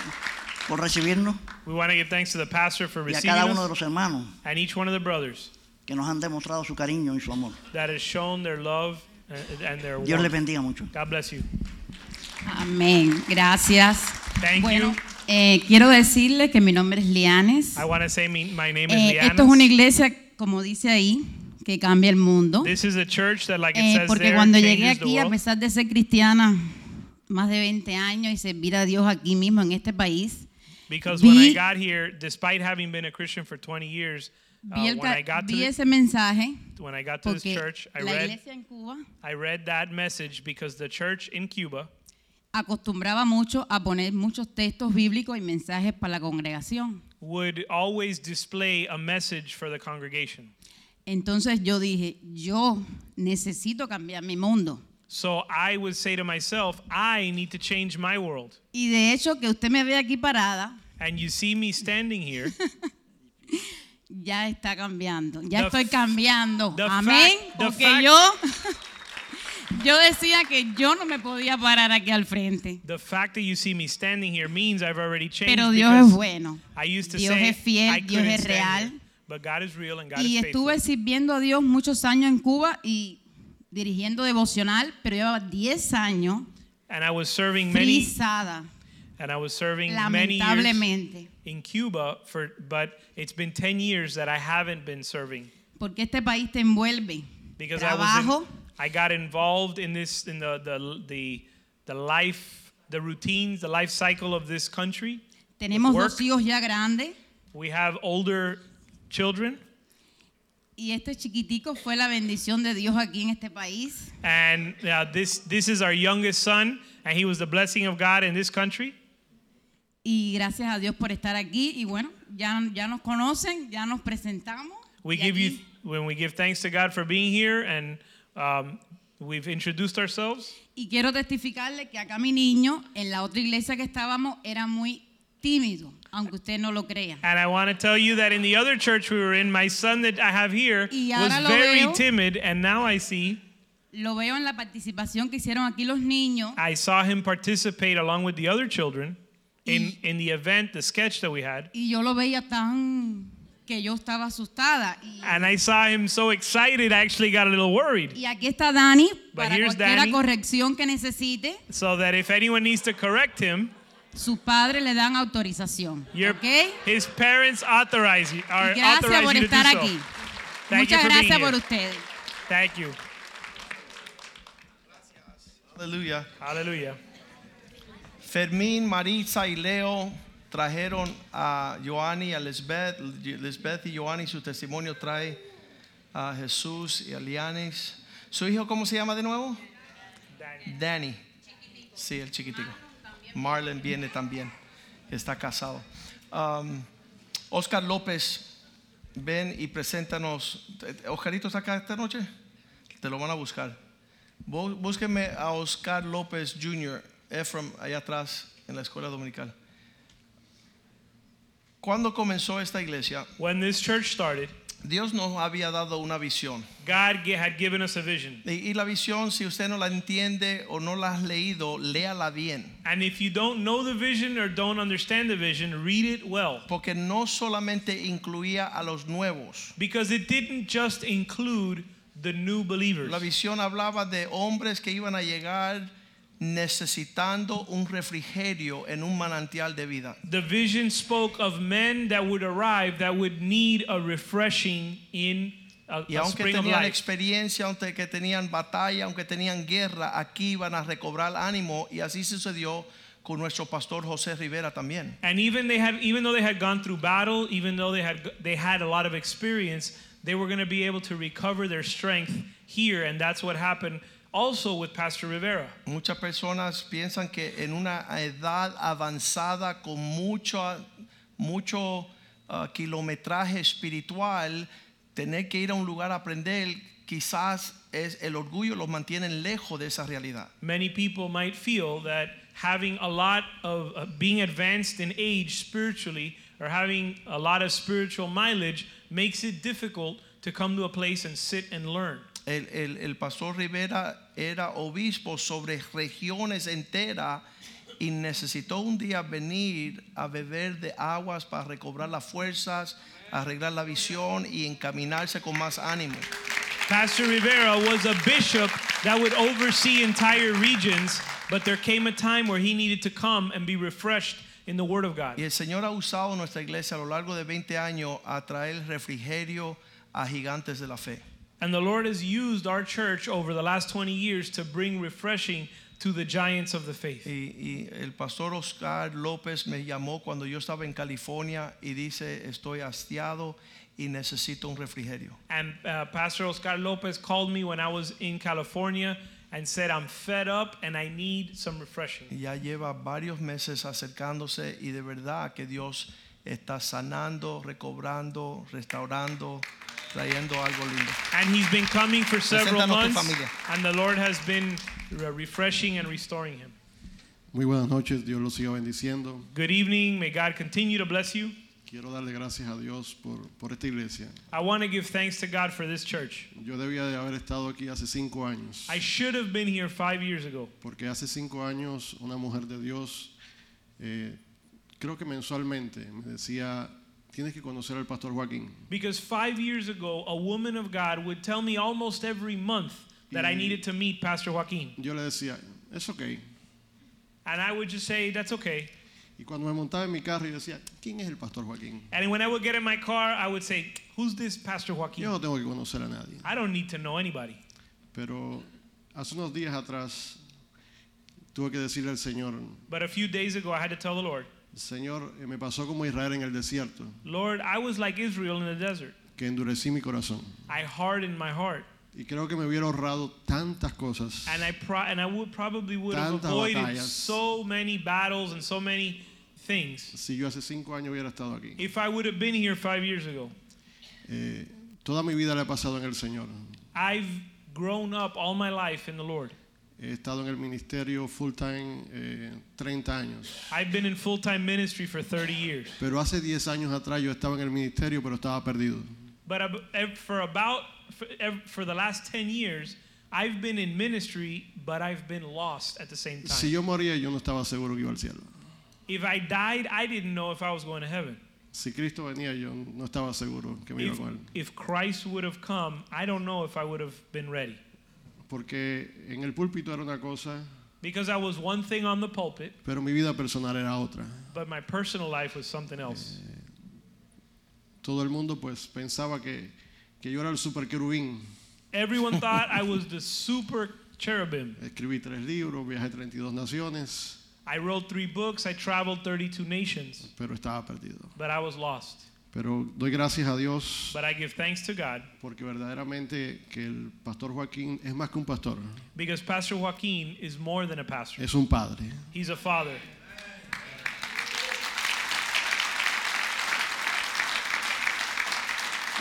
I: por recibirnos
A: We want to give thanks to the pastor for
I: y a
A: receiving
I: cada uno de los
A: us
I: hermanos
A: and each one of the brothers
I: que nos han demostrado su cariño y su amor.
A: that has shown their love and, and their
I: Dios les
A: warmth.
I: bendiga mucho.
A: God bless you.
J: Amén, gracias.
A: Thank
J: bueno,
A: you.
J: eh, quiero decirle que mi nombre es Lianes.
A: I want to say me, my name is
J: Eh, esto es una
A: Lianas.
J: iglesia, como dice ahí, que cambia el mundo.
A: This is a church that, like
J: Eh,
A: it says
J: porque
A: there,
J: cuando llegué
A: changes the
J: aquí, a
A: world.
J: pesar de ser cristiana más de 20 años y servir a Dios aquí mismo en este país,
A: Because when I
J: vi-
A: got here, despite having been a Christian for 20 years, uh,
J: vi, el
A: when
J: ca-
A: I got to
J: vi
A: thi-
J: ese mensaje
A: when I got to this
J: porque
A: church, I
J: la
A: read
J: iglesia en Cuba
A: I read that message because the church in Cuba
J: acostumbraba mucho a poner muchos textos bíblicos y mensajes para la congregación.
A: would always display a message for the congregation.
J: Entonces yo dije, yo necesito cambiar mi mundo.
A: So I would say to myself, I need to change my world.
J: Y de hecho que usted me ve aquí parada,
A: And you see me standing here.
J: ya está cambiando, ya
A: The
J: estoy
A: f-
J: cambiando.
A: the
J: Amén.
A: fact- the
J: Porque
A: fact-
J: yo, yo decía que yo no me podía parar aquí al frente.
A: the fact that you see me standing here means I've already changed.
J: Pero Dios es
A: because
J: bueno.
A: I used to
J: Dios
A: say
J: es fiel,
A: I
J: Dios
A: couldn't
J: es
A: stand
J: real.
A: here. But God is real and God
J: Y
A: is faithful.
J: estuve sirviendo a Dios muchos años en Cuba y dirigiendo devocional, pero llevaba 10 años
A: And I was serving many
J: frisada,
A: and I was serving many years
J: lamentablemente.
A: in Cuba for but it's been 10 years that I haven't been serving.
J: Porque este país te envuelve.
A: because I was
J: Trabajo,
A: in, I got involved in this in the the the, the life the routines the life cycle of this country.
J: tenemos
A: work.
J: dos hijos ya grandes
A: We have older children
J: y este chiquitico fue la bendición de Dios aquí en este país.
A: and uh, this this is our youngest son and he was the blessing of God in this country
J: Y gracias a Dios por estar aquí. Y bueno, ya, ya nos conocen, ya nos presentamos.
A: we give you when we give thanks to God for being here and um, we've introduced ourselves
J: Y quiero testificarle que acá mi niño, en la otra iglesia que estábamos, era muy tímido, aunque usted no lo crea.
A: and I want to tell you that in the other church we were in my son that I have here
J: Y
A: was
J: ahora lo
A: very
J: veo.
A: timid and now I see
J: Lo veo en la participación que hicieron aquí los niños.
A: I saw him participate along with the other children in, in the event, the sketch that we had.
J: Y yo lo veía tan que yo estaba asustada. Y,
A: And I saw him so excited, I actually got a little worried.
J: y aquí está Dani
A: But
J: para
A: here's
J: cualquier
A: Dani.
J: corrección que necesite.
A: So that if anyone needs to correct him,
J: Sus padres le dan autorización.
A: your,
J: ¿ok?
A: his parents authorize you, are,
J: Gracias
A: authorize
J: por
A: you to do
J: estar
A: so.
J: aquí.
A: Thank you
J: Muchas
A: for
J: gracias
A: being
J: por
A: here.
J: ustedes.
A: Thank you.
B: Aleluya.
A: Aleluya.
B: Fermín, Maritza y Leo trajeron a Joanny, a Lisbeth. Lisbeth y Joanny, su testimonio trae a Jesús y a Lianis. ¿Su hijo cómo se llama de nuevo? Danny. Sí, el chiquitico. Marlon viene también. Está casado. Um, Oscar López ven y preséntanos. ¿Oscarito está acá esta noche? Te lo van a buscar. Bú- Búsquenme a Oscar López Jr., Ephraim, allá atrás, en la escuela dominical. ¿Cuándo comenzó esta iglesia?
A: When this church started,
B: Dios nos había dado una visión.
A: God gi- had given us a vision.
B: Y, y la visión, si usted no la entiende o no la has leído, léala bien.
A: And if you don't know the vision or don't understand the vision, read it well.
B: Porque no solamente incluía a los nuevos.
A: Because it didn't just include the new believers.
B: La visión hablaba de hombres que iban a llegar necesitando un refrigerio en un manantial de vida.
A: The vision spoke of men that would arrive that would need a refreshing in a,
B: Y
A: a
B: aunque
A: spring of
B: tenían
A: life.
B: experiencia, aunque que tenían batalla, aunque tenían guerra, aquí iban a recobrar ánimo y así sucedió con nuestro pastor José Rivera también.
A: And even they had, even though they had gone through battle, even though they had they had a lot of experience, they were going to be able to recover their strength here, and that's what happened also with Pastor Rivera.
B: Muchas personas piensan que en una edad avanzada con mucho, mucho ah, kilometraje espiritual, tener que ir a un lugar a aprender, quizás es el orgullo los mantiene lejos de esa realidad.
A: Many people might feel that having a lot of uh, being advanced in age spiritually or having a lot of spiritual mileage makes it difficult to come to a place and sit and learn.
B: El, el- el pastor Rivera era obispo sobre regiones enteras y necesitó un día venir a beber de aguas para recobrar las fuerzas, arreglar la visión y encaminarse con más ánimo.
A: Pastor Rivera was a bishop that would oversee entire regions, but there came a time where he needed to come and be refreshed in the Word of God.
B: Y el Señor ha usado nuestra iglesia a lo largo de 20 años a traer refrigerio a gigantes de la fe.
A: And the Lord has used our church over the last 20 years to bring refreshing to the giants of the faith.
B: Y el pastor Oscar López me llamó cuando yo estaba en California y dice, estoy hastiado y necesito un refrigerio.
A: And uh, Pastor Oscar Lopez called me when I was in California and said, I'm fed up and I need some refreshing.
B: Y ya lleva varios meses acercándose y de verdad que Dios está sanando, recobrando, restaurando, trayendo algo lindo.
A: And he's been coming for several
B: Preséntanos tu
A: months,
B: familia.
A: and the Lord has been re- refreshing and restoring him.
K: Muy buenas noches, Dios los siga bendiciendo.
A: Good evening. May God continue to bless you.
K: Quiero darle gracias a Dios por, por esta iglesia.
A: I want to give thanks to God for this church.
K: Yo debía de haber estado aquí hace cinco años,
A: I should have been here five years ago
K: porque hace cinco años una mujer de Dios, eh, creo que mensualmente, me decía, tienes que conocer al pastor Joaquín.
A: because five years ago, a woman of God would tell me almost every month that I
K: Y-
A: needed to meet Pastor Joaquin.
K: Yo le decía, es ok.
A: And I would just say, that's okay.
K: Y cuando me montaba en mi carro, yo decía, ¿quién es el pastor Joaquín?
A: And when I would get in my car, I would say, who's this Pastor Joaquin?
K: Yo no tengo que conocer a nadie.
A: I don't need to know anybody.
K: Pero hace unos días atrás tuve que decirle al Señor,
A: But a few days ago, I had to tell the Lord,
K: Señor, eh, me pasó como Israel en el desierto,
A: Lord, I was like Israel in the desert.
K: que endurecí mi corazón.
A: I hardened my heart.
K: Y creo que me hubiera ahorrado tantas cosas.
A: And I, pro- and I would probably would have
K: Tantas
A: avoided
K: batallas.
A: so many battles and so many things
K: Si yo hace cinco años hubiera estado aquí.
A: if I would have been here five years ago.
K: Eh, toda mi vida la he pasado en el Señor.
A: I've grown up all my life in the Lord.
K: He estado en el ministerio full time eh, 30 años.
A: I've been in full time ministry for 30 years.
K: Pero hace 10 años atrás yo estaba en el ministerio, pero estaba perdido.
A: But ab- ev- for about for, ev- for the last 10 years, I've been in ministry, but I've been lost at the same time.
K: Si yo moría, yo no estaba seguro que iba al cielo.
A: If I died, I didn't know if I was going to heaven.
K: Si Cristo venía, yo no estaba seguro que me iba
A: If,
K: con él.
A: if Christ would have come, I don't know if I would have been ready.
K: Porque en el púlpito era una cosa,
A: Because I was one thing on the pulpit,
K: pero mi vida personal era otra.
A: but my personal life was something else.
K: Todo el mundo pues pensaba que, que yo era el super querubín.
A: Everyone thought I was the super cherubim.
K: Escribí tres libros, viajé a 32 naciones,
A: I wrote three books, I traveled 32 nations,
K: pero estaba perdido.
A: but I was lost.
K: Pero doy gracias a Dios
A: But I give thanks to God
K: porque verdaderamente que el pastor Joaquín es más que un pastor,
A: because Pastor Joaquin is more than a pastor,
K: es un padre.
A: he's a father.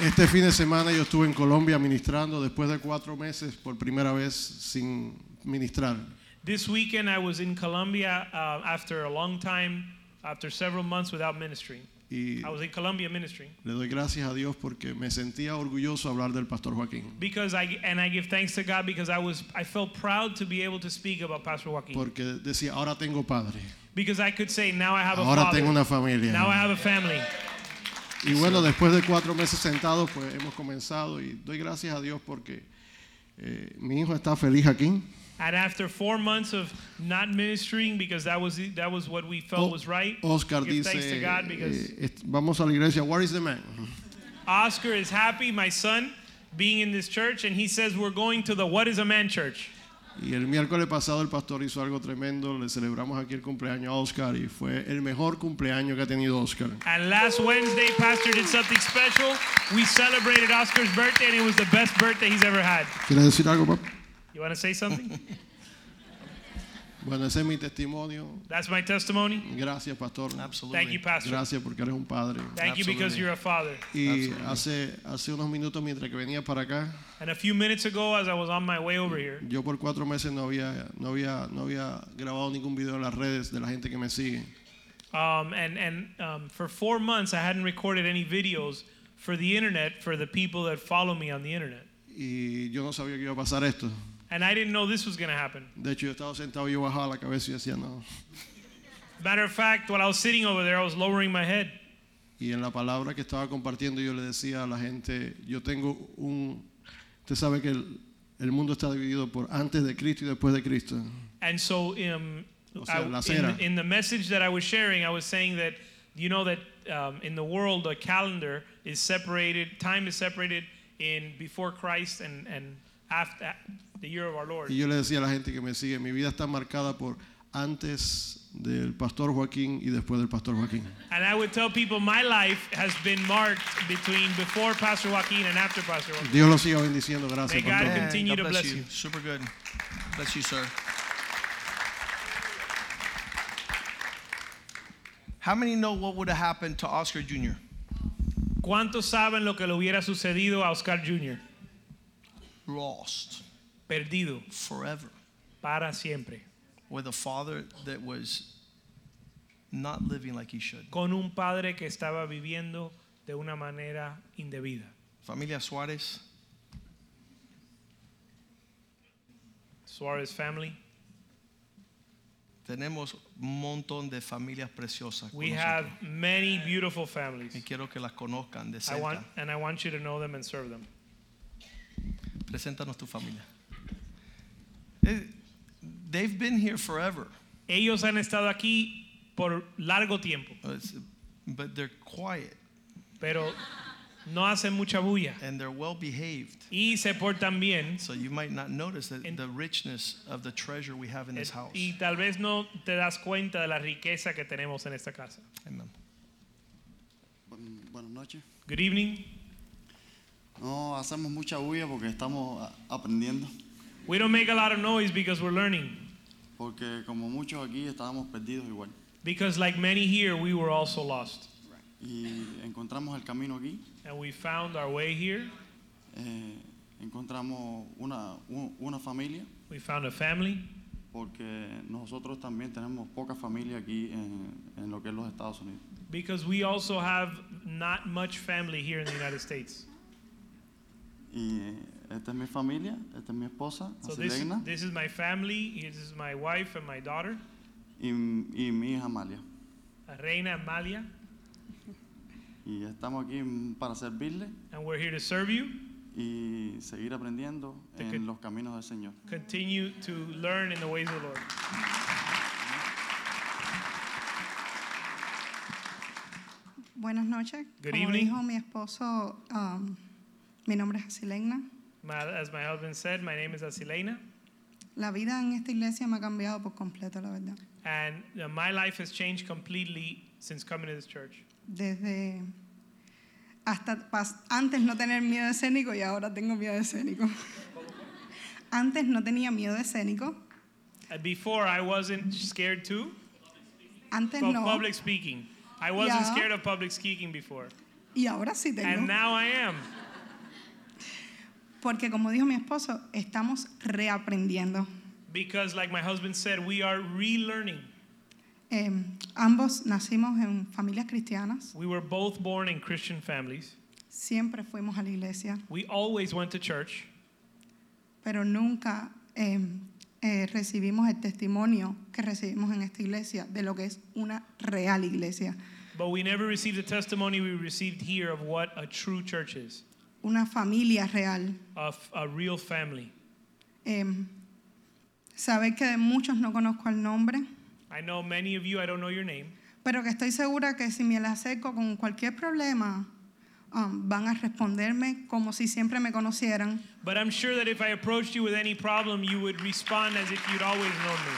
K: Este fin de semana yo estuve en Colombia ministrando después de cuatro meses por primera vez sin ministrar.
A: This weekend, I was in Colombia uh, after a long time, after several months without ministering.
K: Y
A: I was in Colombia ministering
K: le doy gracias a Dios porque me sentía orgulloso hablar del pastor Joaquín.
A: because I and I give thanks to God because I was I felt proud to be able to speak about Pastor Joaquin
K: Porque decía, ahora tengo padre,
A: because I could say now I have a
K: ahora
A: father,
K: tengo una
A: now I
K: familia.
A: have a family.
K: Y bueno, después de cuatro meses sentados, pues hemos comenzado y doy gracias a Dios porque eh, mi hijo está feliz aquí.
A: And after four months of not ministering because that was that was what we felt was right.
K: Oscar
A: give
K: dice,
A: thanks to God because
K: eh, est- vamos a la iglesia, where is the man?
A: Oscar is happy, my son, being in this church, and he says we're going to the What Is a Man Church.
K: Y el miércoles pasado el pastor hizo algo tremendo, le celebramos aquí el cumpleaños a Oscar y fue el mejor cumpleaños que ha tenido Oscar.
A: And last Wednesday, Pastor did something special. We celebrated Oscar's birthday, and it was the best birthday he's ever had.
K: ¿Quieres decir algo, papá?
A: You want to say something?
K: Bueno, ese es mi testimonio.
A: That's my testimony.
K: Gracias, pastor.
A: Thank you, Pastor.
K: Gracias porque eres un padre.
A: Thank you because you're a father.
K: Y hace, hace unos minutos mientras que venía para acá,
A: And a few minutes ago, as I was on my way over here,
K: yo por cuatro meses no había, no había, no había grabado ningún video en las redes de la gente que me sigue.
A: um, and and um, for four months, I hadn't recorded any videos for the internet for the people that follow me on the internet.
K: Y yo no sabía que iba a pasar esto.
A: And I didn't know this was going to happen.
K: De hecho, yo estaba sentado y yo bajaba la cabeza y decía no.
A: Matter of fact, while I was sitting over there, I was lowering my head.
K: Y en la palabra que estaba compartiendo yo le decía a la gente, yo tengo un... Usted sabe que el, el mundo está dividido por antes de Cristo y después de Cristo.
A: And so, um,
K: O sea,
A: I,
K: la
A: in,
K: cera.
A: the- in the message that I was sharing, I was saying that you know that um, in the world, a calendar is separated. Time is separated in before Christ and and after the year of our Lord.
K: Y yo le decía a la gente que me sigue, mi vida está marcada por antes del pastor Joaquín y después del pastor Joaquín.
A: And I would tell people my life has been marked between before Pastor Joaquin and after Pastor Joaquin.
K: Dios lo siga bendiciendo, gracias.
A: May God
K: pastor.
A: continue to bless you.
B: Super good. Bless you, sir. How many know what would have happened to Oscar Jr.?
A: ¿Cuántos saben lo que le hubiera sucedido a Oscar Jr.?
B: Lost.
A: Perdido.
B: Forever.
A: Para siempre.
B: With a father that was not living like he should.
A: Con un padre que estaba viviendo de una manera indebida.
B: Familia Suarez,
A: Suarez family.
B: tenemos un montón de familias preciosas. con
A: We
B: nosotros.
A: have many beautiful families.
B: Y quiero que las conozcan de
A: I want,
B: cerca.
A: and I want you to know them and serve them.
B: Preséntanos tu familia. Eh, They've been here forever,
A: Ellos han estado aquí por largo tiempo,
B: but they're quiet
A: pero no hacen mucha bulla
B: and they're well behaved.
A: y se portan bien.
B: So you might not notice the, the richness of the treasure we have in this house.
A: Y tal vez no te das cuenta de la riqueza que tenemos en esta casa.
B: Amen.
L: Bu- Buenas noches.
A: Good evening.
L: No hacemos mucha bulla porque estamos a- aprendiendo.
A: We don't make a lot of noise because we're learning.
L: Porque como muchos aquí estábamos perdidos igual.
A: Because like many here, we were also lost.
L: Y encontramos el camino aquí.
A: And we found our way here.
L: Eh, encontramos una, un- una familia.
A: We found a family
L: Porque nosotros también tenemos poca familia aquí en, en lo que es los Estados Unidos.
A: because we also have not much family here in the United States.
L: Y eh, esta es mi familia, esta es mi esposa,
A: So this,
L: Asilena,
A: this is my family. This is my wife and my daughter,
L: y, y mi hija Amalia.
A: Reina Amalia,
L: Y estamos aquí mm, para servirle
A: and we're here to serve you.
L: y seguir aprendiendo en los caminos del Señor.
A: Continue to learn in the ways of the Lord.
M: Buenas noches.
A: Good
M: Como
A: evening.
M: dijo mi esposo, um, mi nombre es Asilena.
A: My, as my husband said, my name is Asilena,
M: La vida en esta iglesia me ha cambiado por completo, la verdad.
A: and uh, my life has changed completely since coming to this church.
M: Desde hasta pas- antes no tener miedo escénico y ahora tengo miedo escénico. antes no tenía miedo escénico.
A: And before, I wasn't scared too
M: Antes
A: of
M: no.
A: public speaking. I wasn't
M: Yeah.
A: scared of public speaking before.
M: Y ahora sí tengo.
A: and now I am.
M: Porque como dijo mi esposo, estamos reaprendiendo.
A: Because, like my husband said, we are relearning.
M: Eh, ambos nacimos en familias cristianas,
A: We were both born in Christian families.
M: siempre fuimos a la iglesia,
A: We always went to church,
M: pero nunca eh, eh, recibimos el testimonio que recibimos en esta iglesia de lo que es una real iglesia,
A: but we never received the testimony we received here of what a true church is
M: una familia real.
A: a, f- a real family.
M: Eh, saber que de muchos no conozco el nombre,
A: I know many of you, I don't know your name,
M: pero que estoy segura que si me la acerco con cualquier problema, um, van a responderme como si siempre me conocieran.
A: but I'm sure that if I approached you with any problem, you would respond as if you'd always known me.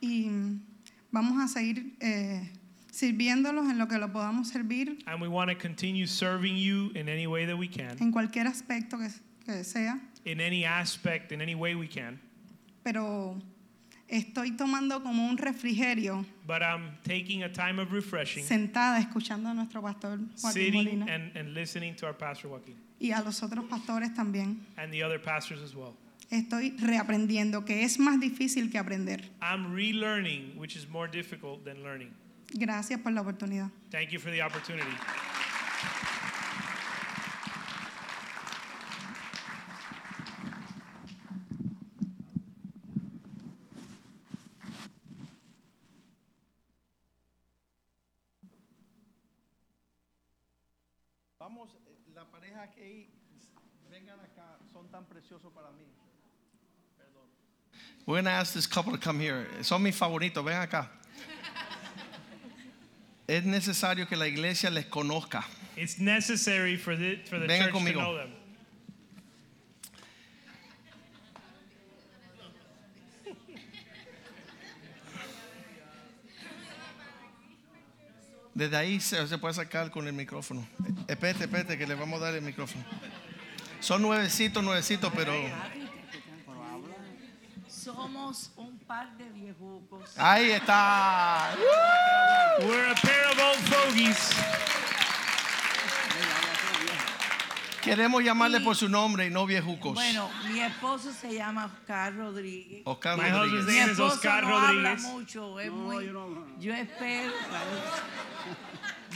M: y mm, vamos a seguir eh, sirviéndolos en lo que lo podamos servir,
A: And we want to continue serving you in any way that we can,
M: en cualquier aspecto que, que sea,
A: in any aspect, in any way we can.
M: pero estoy tomando como un refrigerio
A: But I'm taking a time of refreshing,
M: sentada escuchando a nuestro pastor Joaquín
A: sitting
M: Molina
A: and, and listening to our Pastor Joaquin
M: y a los otros pastores también.
A: and the other pastors as well.
M: Estoy reaprendiendo, que es más difícil que aprender.
A: I'm relearning, which is more difficult than learning.
M: Gracias por la oportunidad.
A: Thank you for the opportunity.
B: Vamos, la pareja que ahí, vengan acá, son tan preciosos para mí. We're going to ask this couple to come here. Son mis favoritos, ven acá. Es necesario que la iglesia les conozca.
A: It's necessary for the, for the
B: Venga
A: church to
B: conmigo.
A: know them.
B: Desde ahí se, se puede sacar con el micrófono. Eh, Espérate, espérate, que le vamos a dar el micrófono. Son nuevecitos, nuevecitos, pero.
N: Somos un par de viejucos.
B: Ahí está.
A: We're a pair of old fogies.
B: Queremos llamarle por su nombre y no viejucos.
N: Bueno, mi esposo se llama Oscar Rodríguez.
B: Oscar
A: My husband's
B: Rodríguez.
A: name is Oscar
N: no
A: Rodríguez.
N: habla mucho, es muy- yo espero.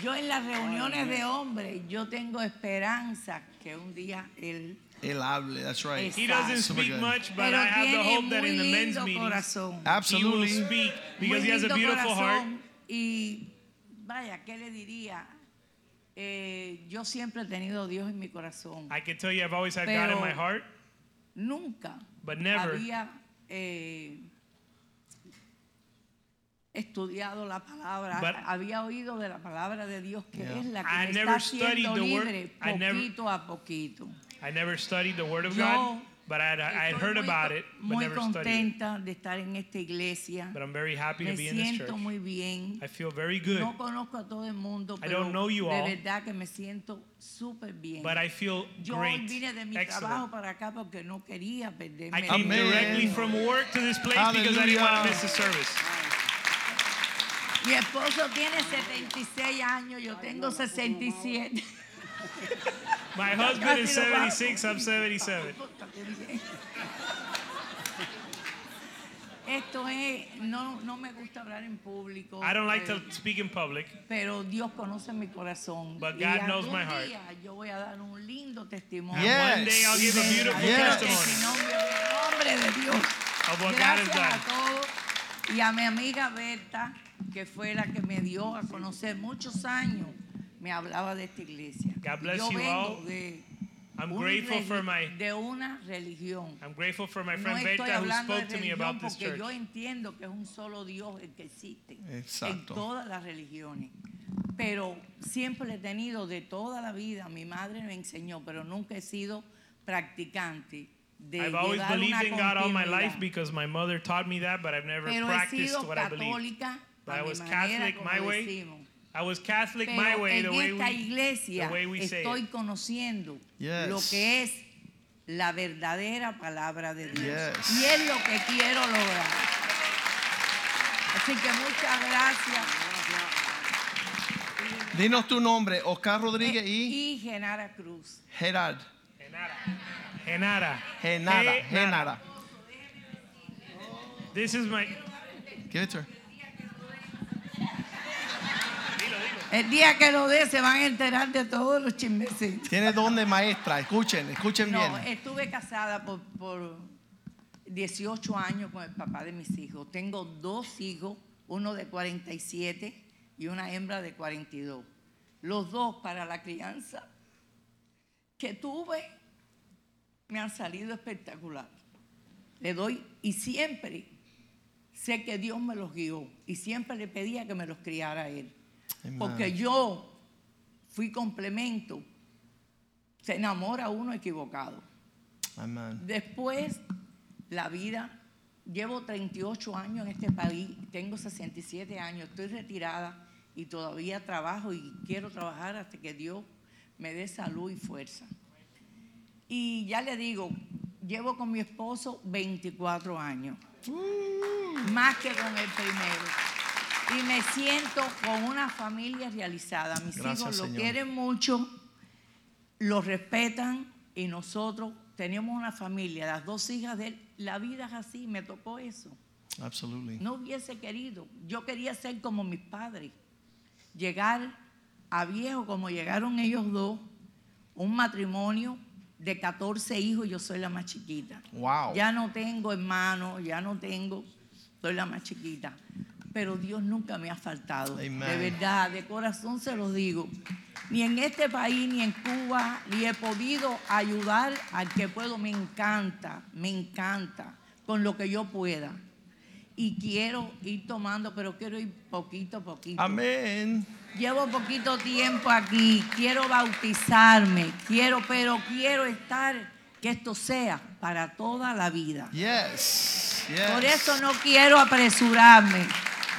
N: Yo en las reuniones de hombres, yo tengo esperanza que un día él.
B: Él hable, that's right.
A: He doesn't
B: Super
A: speak
B: good.
A: much, but
N: Pero
A: I have the
N: tiene
A: hope that
N: muy
A: in the men's
N: lindo
A: meetings,
N: corazón.
B: Absolutely.
A: he will speak because
N: Muy
A: he has a
N: lindo
A: beautiful heart.
N: corazón. Y vaya, ¿qué le diría? Eh, yo siempre he tenido a Dios en mi corazón.
A: I can tell you I've always had God in
N: Pero
A: my heart,
N: Nunca
A: but never
N: había eh, estudiado la palabra,
A: But-
N: había oído de la palabra de Dios que
A: Yeah.
N: es la que
A: I
N: me
A: never
N: está haciendo
A: studied the word.
N: libre
A: I never-
N: poquito a poquito.
A: I never studied the Word of
N: Yo
A: God, but I had, I had
N: estoy
A: heard
N: muy
A: about
N: co-
A: it, but
N: Muy
A: never studied it.
N: contenta de estar en esta iglesia.
A: But I'm very happy to
N: Me
A: be in this
N: siento
A: church.
N: muy bien.
A: I feel very good,
N: No conozco a todo el mundo,
A: I
N: pero
A: don't know you
N: de
A: all.
N: verdad que me siento súper bien.
A: but I feel
N: Yo hoy
A: great,
N: vine de mi trabajo
A: excellent.
N: para acá porque no quería perderme.
A: I came
N: el-
A: directly from work to this place because I didn't want to miss the service.
N: Mi esposo tiene 76 años, yo tengo 67.
A: My husband is
N: Casi lo paso.
A: 76, I'm 77.
N: Esto es, no, no me gusta hablar en público.
A: I don't like
N: pero-
A: to speak in public,
N: Pero Dios conoce mi corazón.
A: But
N: y
A: God knows
N: algún
A: my heart.
N: día yo voy a dar un lindo testimonio.
A: And one day I'll give a beautiful
N: Yes.
A: testimony
N: Hombre de Dios.
A: of what God has
N: Gracias
A: done.
N: a todos y a mi amiga Berta, que fue la que me dio a conocer muchos años. Me hablaba de esta iglesia.
A: God bless
N: yo
A: you
N: vengo
A: all.
N: de
A: I'm
N: un
A: grateful for
N: reli-
A: my
N: de una religión.
A: I'm grateful for my
N: No
A: friend
N: estoy
A: Berta who
N: hablando de
A: spoke to me
N: religión
A: about this
N: porque
A: church.
N: yo entiendo que es un solo Dios el que existe en
B: Exacto.
N: todas las religiones. Pero siempre lo he tenido de toda la vida. Mi madre me enseñó, pero nunca he sido practicante de
A: I've always
N: llevar una
A: believed in God all my life
N: continuidad.
A: because my mother taught me that, but I've never
N: Pero he
A: practiced
N: sido
A: what I believe.
N: católica
A: But
N: a
A: I
N: mi
A: was
N: manera,
A: Catholic
N: como
A: my way.
N: decimos.
A: I was Catholic
N: Pero
A: my way, the
N: en
A: way
N: esta
A: we,
N: iglesia
A: the way we say
N: estoy
A: it.
N: conociendo
A: Yes.
N: lo que es la verdadera palabra de Dios.
B: Yes.
N: Y es lo que quiero lograr. Así que muchas gracias.
B: Dinos tu nombre, Oscar Rodríguez y
N: Eh, Y Genara Cruz.
B: Gerard.
A: Genara.
B: Genara. Genara.
A: This is my.
B: Give it to her.
N: El día que lo dé se van a enterar de todos los chismecitos.
B: Tiene don de maestra. Escuchen, escuchen
N: No,
B: bien.
N: estuve casada por, por 18 años con el papá de mis hijos. Tengo dos hijos, uno de 47 y una hembra de 42. Los dos para la crianza que tuve me han salido espectacular. Le doy y siempre sé que Dios me los guió y siempre le pedía que me los criara él. Porque yo fui complemento. Se enamora uno equivocado.
B: Amén.
N: Después, la vida. Llevo 38 años en este país, tengo 67 años, estoy retirada y todavía trabajo y quiero trabajar hasta que Dios me dé salud y fuerza. Y ya le digo, llevo con mi esposo 24 años,
B: Mm.
N: más que con el primero. Y me siento con una familia realizada. Mis
B: Gracias,
N: hijos lo
B: Señor.
N: quieren mucho, los respetan y nosotros tenemos una familia, las dos hijas de él. La vida es así, me tocó eso.
B: Absolutely.
N: No hubiese querido. Yo quería ser como mis padres. Llegar a viejo como llegaron ellos dos, un matrimonio de 14 hijos, yo soy la más chiquita.
B: Wow.
N: Ya no tengo hermano, ya no tengo, soy la más chiquita. Pero Dios nunca me ha faltado. De verdad, de corazón se los digo. Ni en este país, ni en Cuba, ni he podido ayudar al que puedo. Me encanta, me encanta, con lo que yo pueda. Y quiero ir tomando, pero quiero ir poquito a poquito.
B: Amén.
N: Llevo poquito tiempo aquí, quiero bautizarme, quiero, pero quiero estar, que esto sea para toda la vida.
B: Yes. yes.
N: Por eso no quiero apresurarme.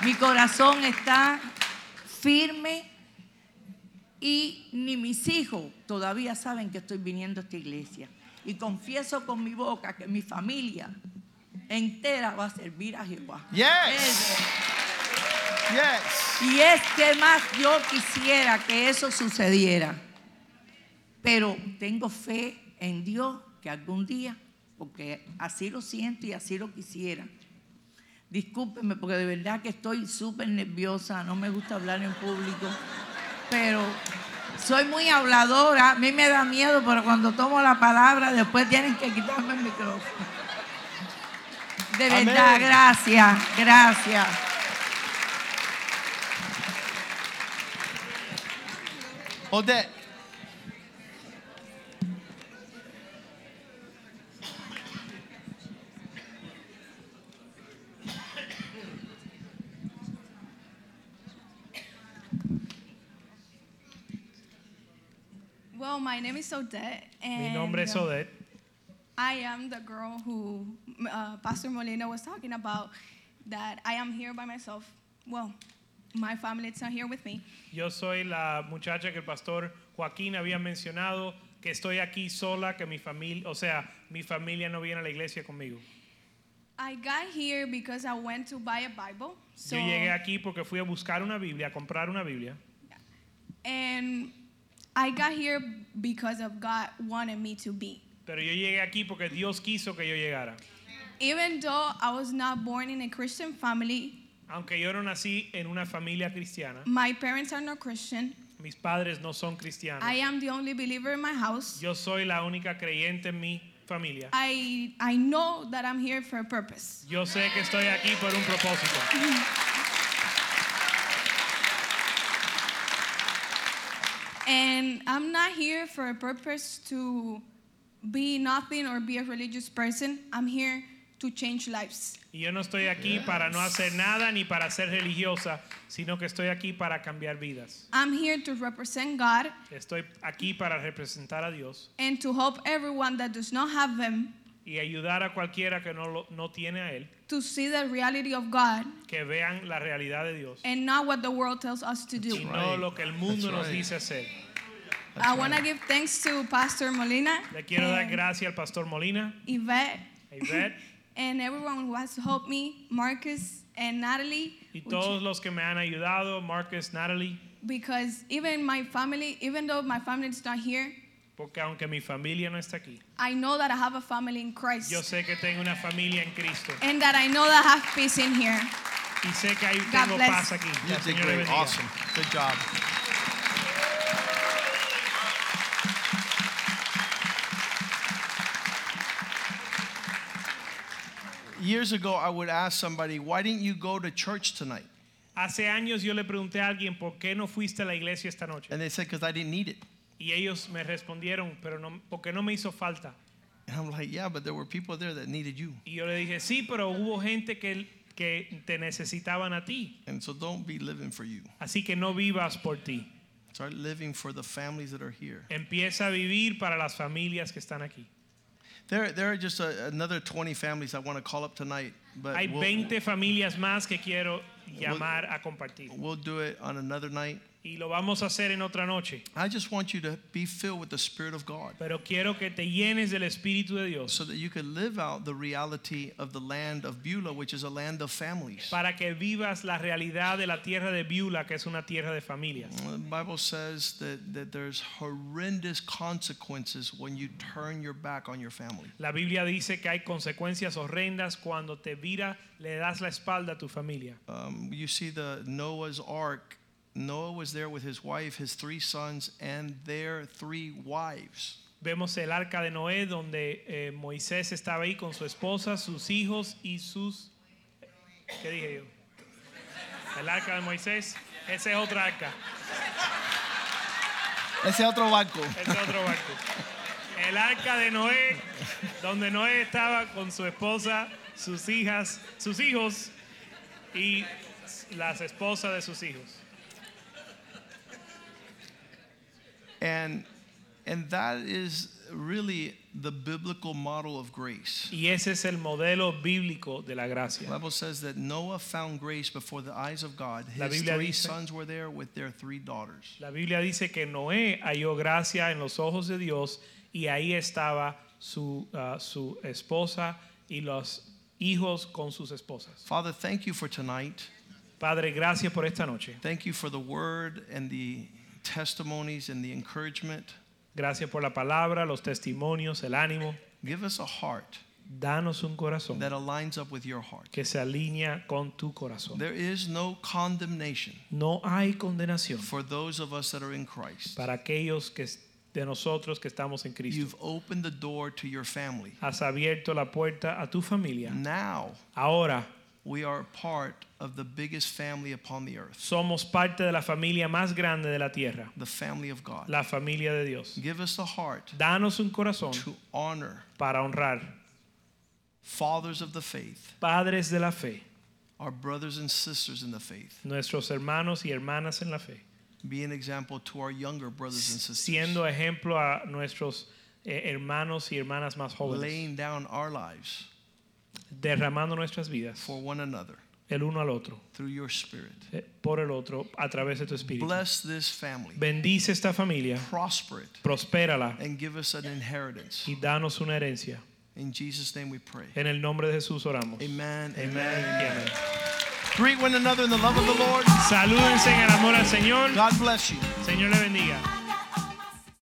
N: Mi corazón está firme y ni mis hijos todavía saben que estoy viniendo a esta iglesia. Y confieso con mi boca que mi familia entera va a servir a Jehová.
B: Yes.
N: Y es que más yo quisiera que eso sucediera. Pero tengo fe en Dios que algún día, porque así lo siento y así lo quisiera. Discúlpenme porque de verdad que estoy súper nerviosa, no me gusta hablar en público, pero soy muy habladora, a mí me da miedo, pero cuando tomo la palabra después tienen que quitarme el micrófono. De
B: Amén.
N: verdad, gracias, gracias.
B: Odette.
O: Well, my name is Odette. And um,
A: Mi nombre es Odette.
O: I am the girl who uh, Pastor Molina was talking about, that I am here by myself. Well, my family is not here with me.
A: Yo soy la muchacha que el pastor Joaquín había mencionado, que estoy aquí sola, que mi familia, o sea, mi familia no viene a la iglesia conmigo.
O: I got here because I went to buy a Bible. So,
A: Yo llegué aquí porque fui a buscar una Biblia, a comprar una Biblia.
O: and I got here because of God wanted me to be.
A: Pero yo llegué aquí porque Dios quiso que yo llegara.
O: Even though I was not born in a Christian family,
A: Aunque yo no nací en una familia cristiana,
O: my parents are not Christian.
A: mis padres no son cristianos.
O: I am the only believer in my house.
A: Yo soy la única creyente en mi familia.
O: I I know that I'm here for a purpose.
A: Yo sé que estoy aquí por un propósito.
O: And I'm not here for a purpose to be nothing or be a religious person. I'm here to change lives.
A: Y yo no estoy aquí para no hacer nada ni para ser religiosa, sino que estoy aquí para cambiar vidas.
O: I'm here to represent God
A: Estoy aquí para representar a Dios
O: and to help everyone that does not have Him
A: y ayudar a cualquiera que no, lo- no tiene a Él,
O: to see the reality of God
A: que vean la realidad de Dios
O: and not what the world tells us to do.
A: y no lo que el mundo
O: That's
A: nos
O: right.
A: dice hacer.
O: I want to give thanks to Pastor Molina,
A: Le quiero dar gracias al pastor Molina,
O: Yvette,
A: a Ivette
O: and everyone who has helped me, Marcus and Natalie,
A: Y
O: which-
A: todos los que me han ayudado, Marcus, Natalie,
O: because even my family, even though my family is not here,
A: porque aunque mi familia no está aquí,
O: I know that I have a family in Christ,
A: yo sé que tengo una familia en Cristo.
O: and that I know that I have peace in here.
A: Y sé que hay,
O: God
A: tengo
O: bless.
A: paz aquí.
B: You
A: El
B: did
A: Señor le
B: great.
A: bendiga.
B: Awesome. Good job. Years ago, I would ask somebody, why didn't you go to church tonight?
A: Hace años yo le pregunté a alguien por qué no fuiste a la iglesia esta noche.
B: And they said, because I didn't need it.
A: Y ellos me respondieron, pero no, porque no me hizo falta.
B: And I'm like, yeah, but there were people there that needed you.
A: Y yo le dije, sí, pero hubo gente que, que te necesitaban a ti.
B: And so don't be living for you.
A: Así que no vivas por ti.
B: Start living for the families that are here.
A: Empieza a vivir para las familias que están aquí.
B: There, there are just a, another 20 families I want to call up tonight, but
A: Hay
B: we'll,
A: 20 familias más que quiero llamar a compartir.
B: we'll do it on another night.
A: Y lo vamos a hacer en otra noche.
B: I just want you to be filled with the Spirit of God
A: Pero quiero que te llenes del Espíritu de Dios
B: so that you can live out the reality of the land of Beulah, which is a land of families.
A: para que vivas la realidad de la tierra de Beulah, que es una tierra de familias.
B: The Bible says that, that there's horrendous consequences when you turn your back on your family.
A: La Biblia dice que hay consecuencias horrendas cuando te vira, le das la espalda a tu familia.
B: Um, you see the Noah's Ark. Noah was there with his wife, his three sons, and their three wives.
A: Vemos el arca de Noé donde eh, Moisés estaba ahí con su esposa, sus hijos y sus... eh, ¿Qué dije yo? El arca de Moisés. Ese es otra arca.
B: Ese otro barco.
A: Ese Este es otro barco. El arca de Noé, donde Noé estaba con su esposa, sus hijas, sus hijos y las esposas de sus hijos.
B: And and that is really the biblical model of grace.
A: Y ese es el modelo bíblico de la gracia.
B: The Bible says that Noah found grace before the eyes of God.
A: La
B: His
A: Biblia
B: three
A: dice-
B: sons were there with their three daughters.
A: La Biblia dice que Noé halló gracia en los ojos de Dios y ahí estaba su, ah, su esposa y los hijos con sus esposas.
B: Father, thank you for tonight.
A: Padre, gracias por esta noche.
B: Thank you for the word and the testimonies and the encouragement.
A: Gracias por la palabra, los testimonios, el ánimo.
B: Give us a heart
A: Danos un corazón
B: that aligns up with your heart.
A: que se alinea con tu corazón.
B: There is no condemnation
A: No hay condenación
B: for those of us that are in Christ.
A: para aquellos que es- de nosotros que estamos en Cristo.
B: You've opened the door to your family.
A: Has abierto la puerta a tu familia.
B: Now
A: Ahora
B: we are part of the biggest family upon the earth,
A: somos parte de la familia más grande de la tierra,
B: the family of God.
A: la familia de Dios.
B: Give us a heart
A: Danos un corazón
B: to honor
A: para honrar
B: fathers of the faith,
A: padres de la fe,
B: our brothers and sisters in the faith.
A: nuestros hermanos y hermanas en la fe,
B: Be an example to our younger brothers and sisters,
A: siendo ejemplo a nuestros eh, hermanos y hermanas más jóvenes,
B: laying down our lives
A: derramando nuestras vidas
B: for one another
A: el uno al otro,
B: through your spirit.
A: eh, por el otro, a través de tu espíritu.
B: Bless this family,
A: Bendice esta familia,
B: prosper it,
A: prospérala
B: and give us an inheritance.
A: y danos una herencia.
B: In Jesus' name we pray.
A: En el nombre de Jesús oramos.
B: Amen, amen,
A: Amen.
B: amen. Greet one another in the love of the Lord.
A: Salúdense en el amor al Señor.
B: God bless you.
A: Señor le bendiga.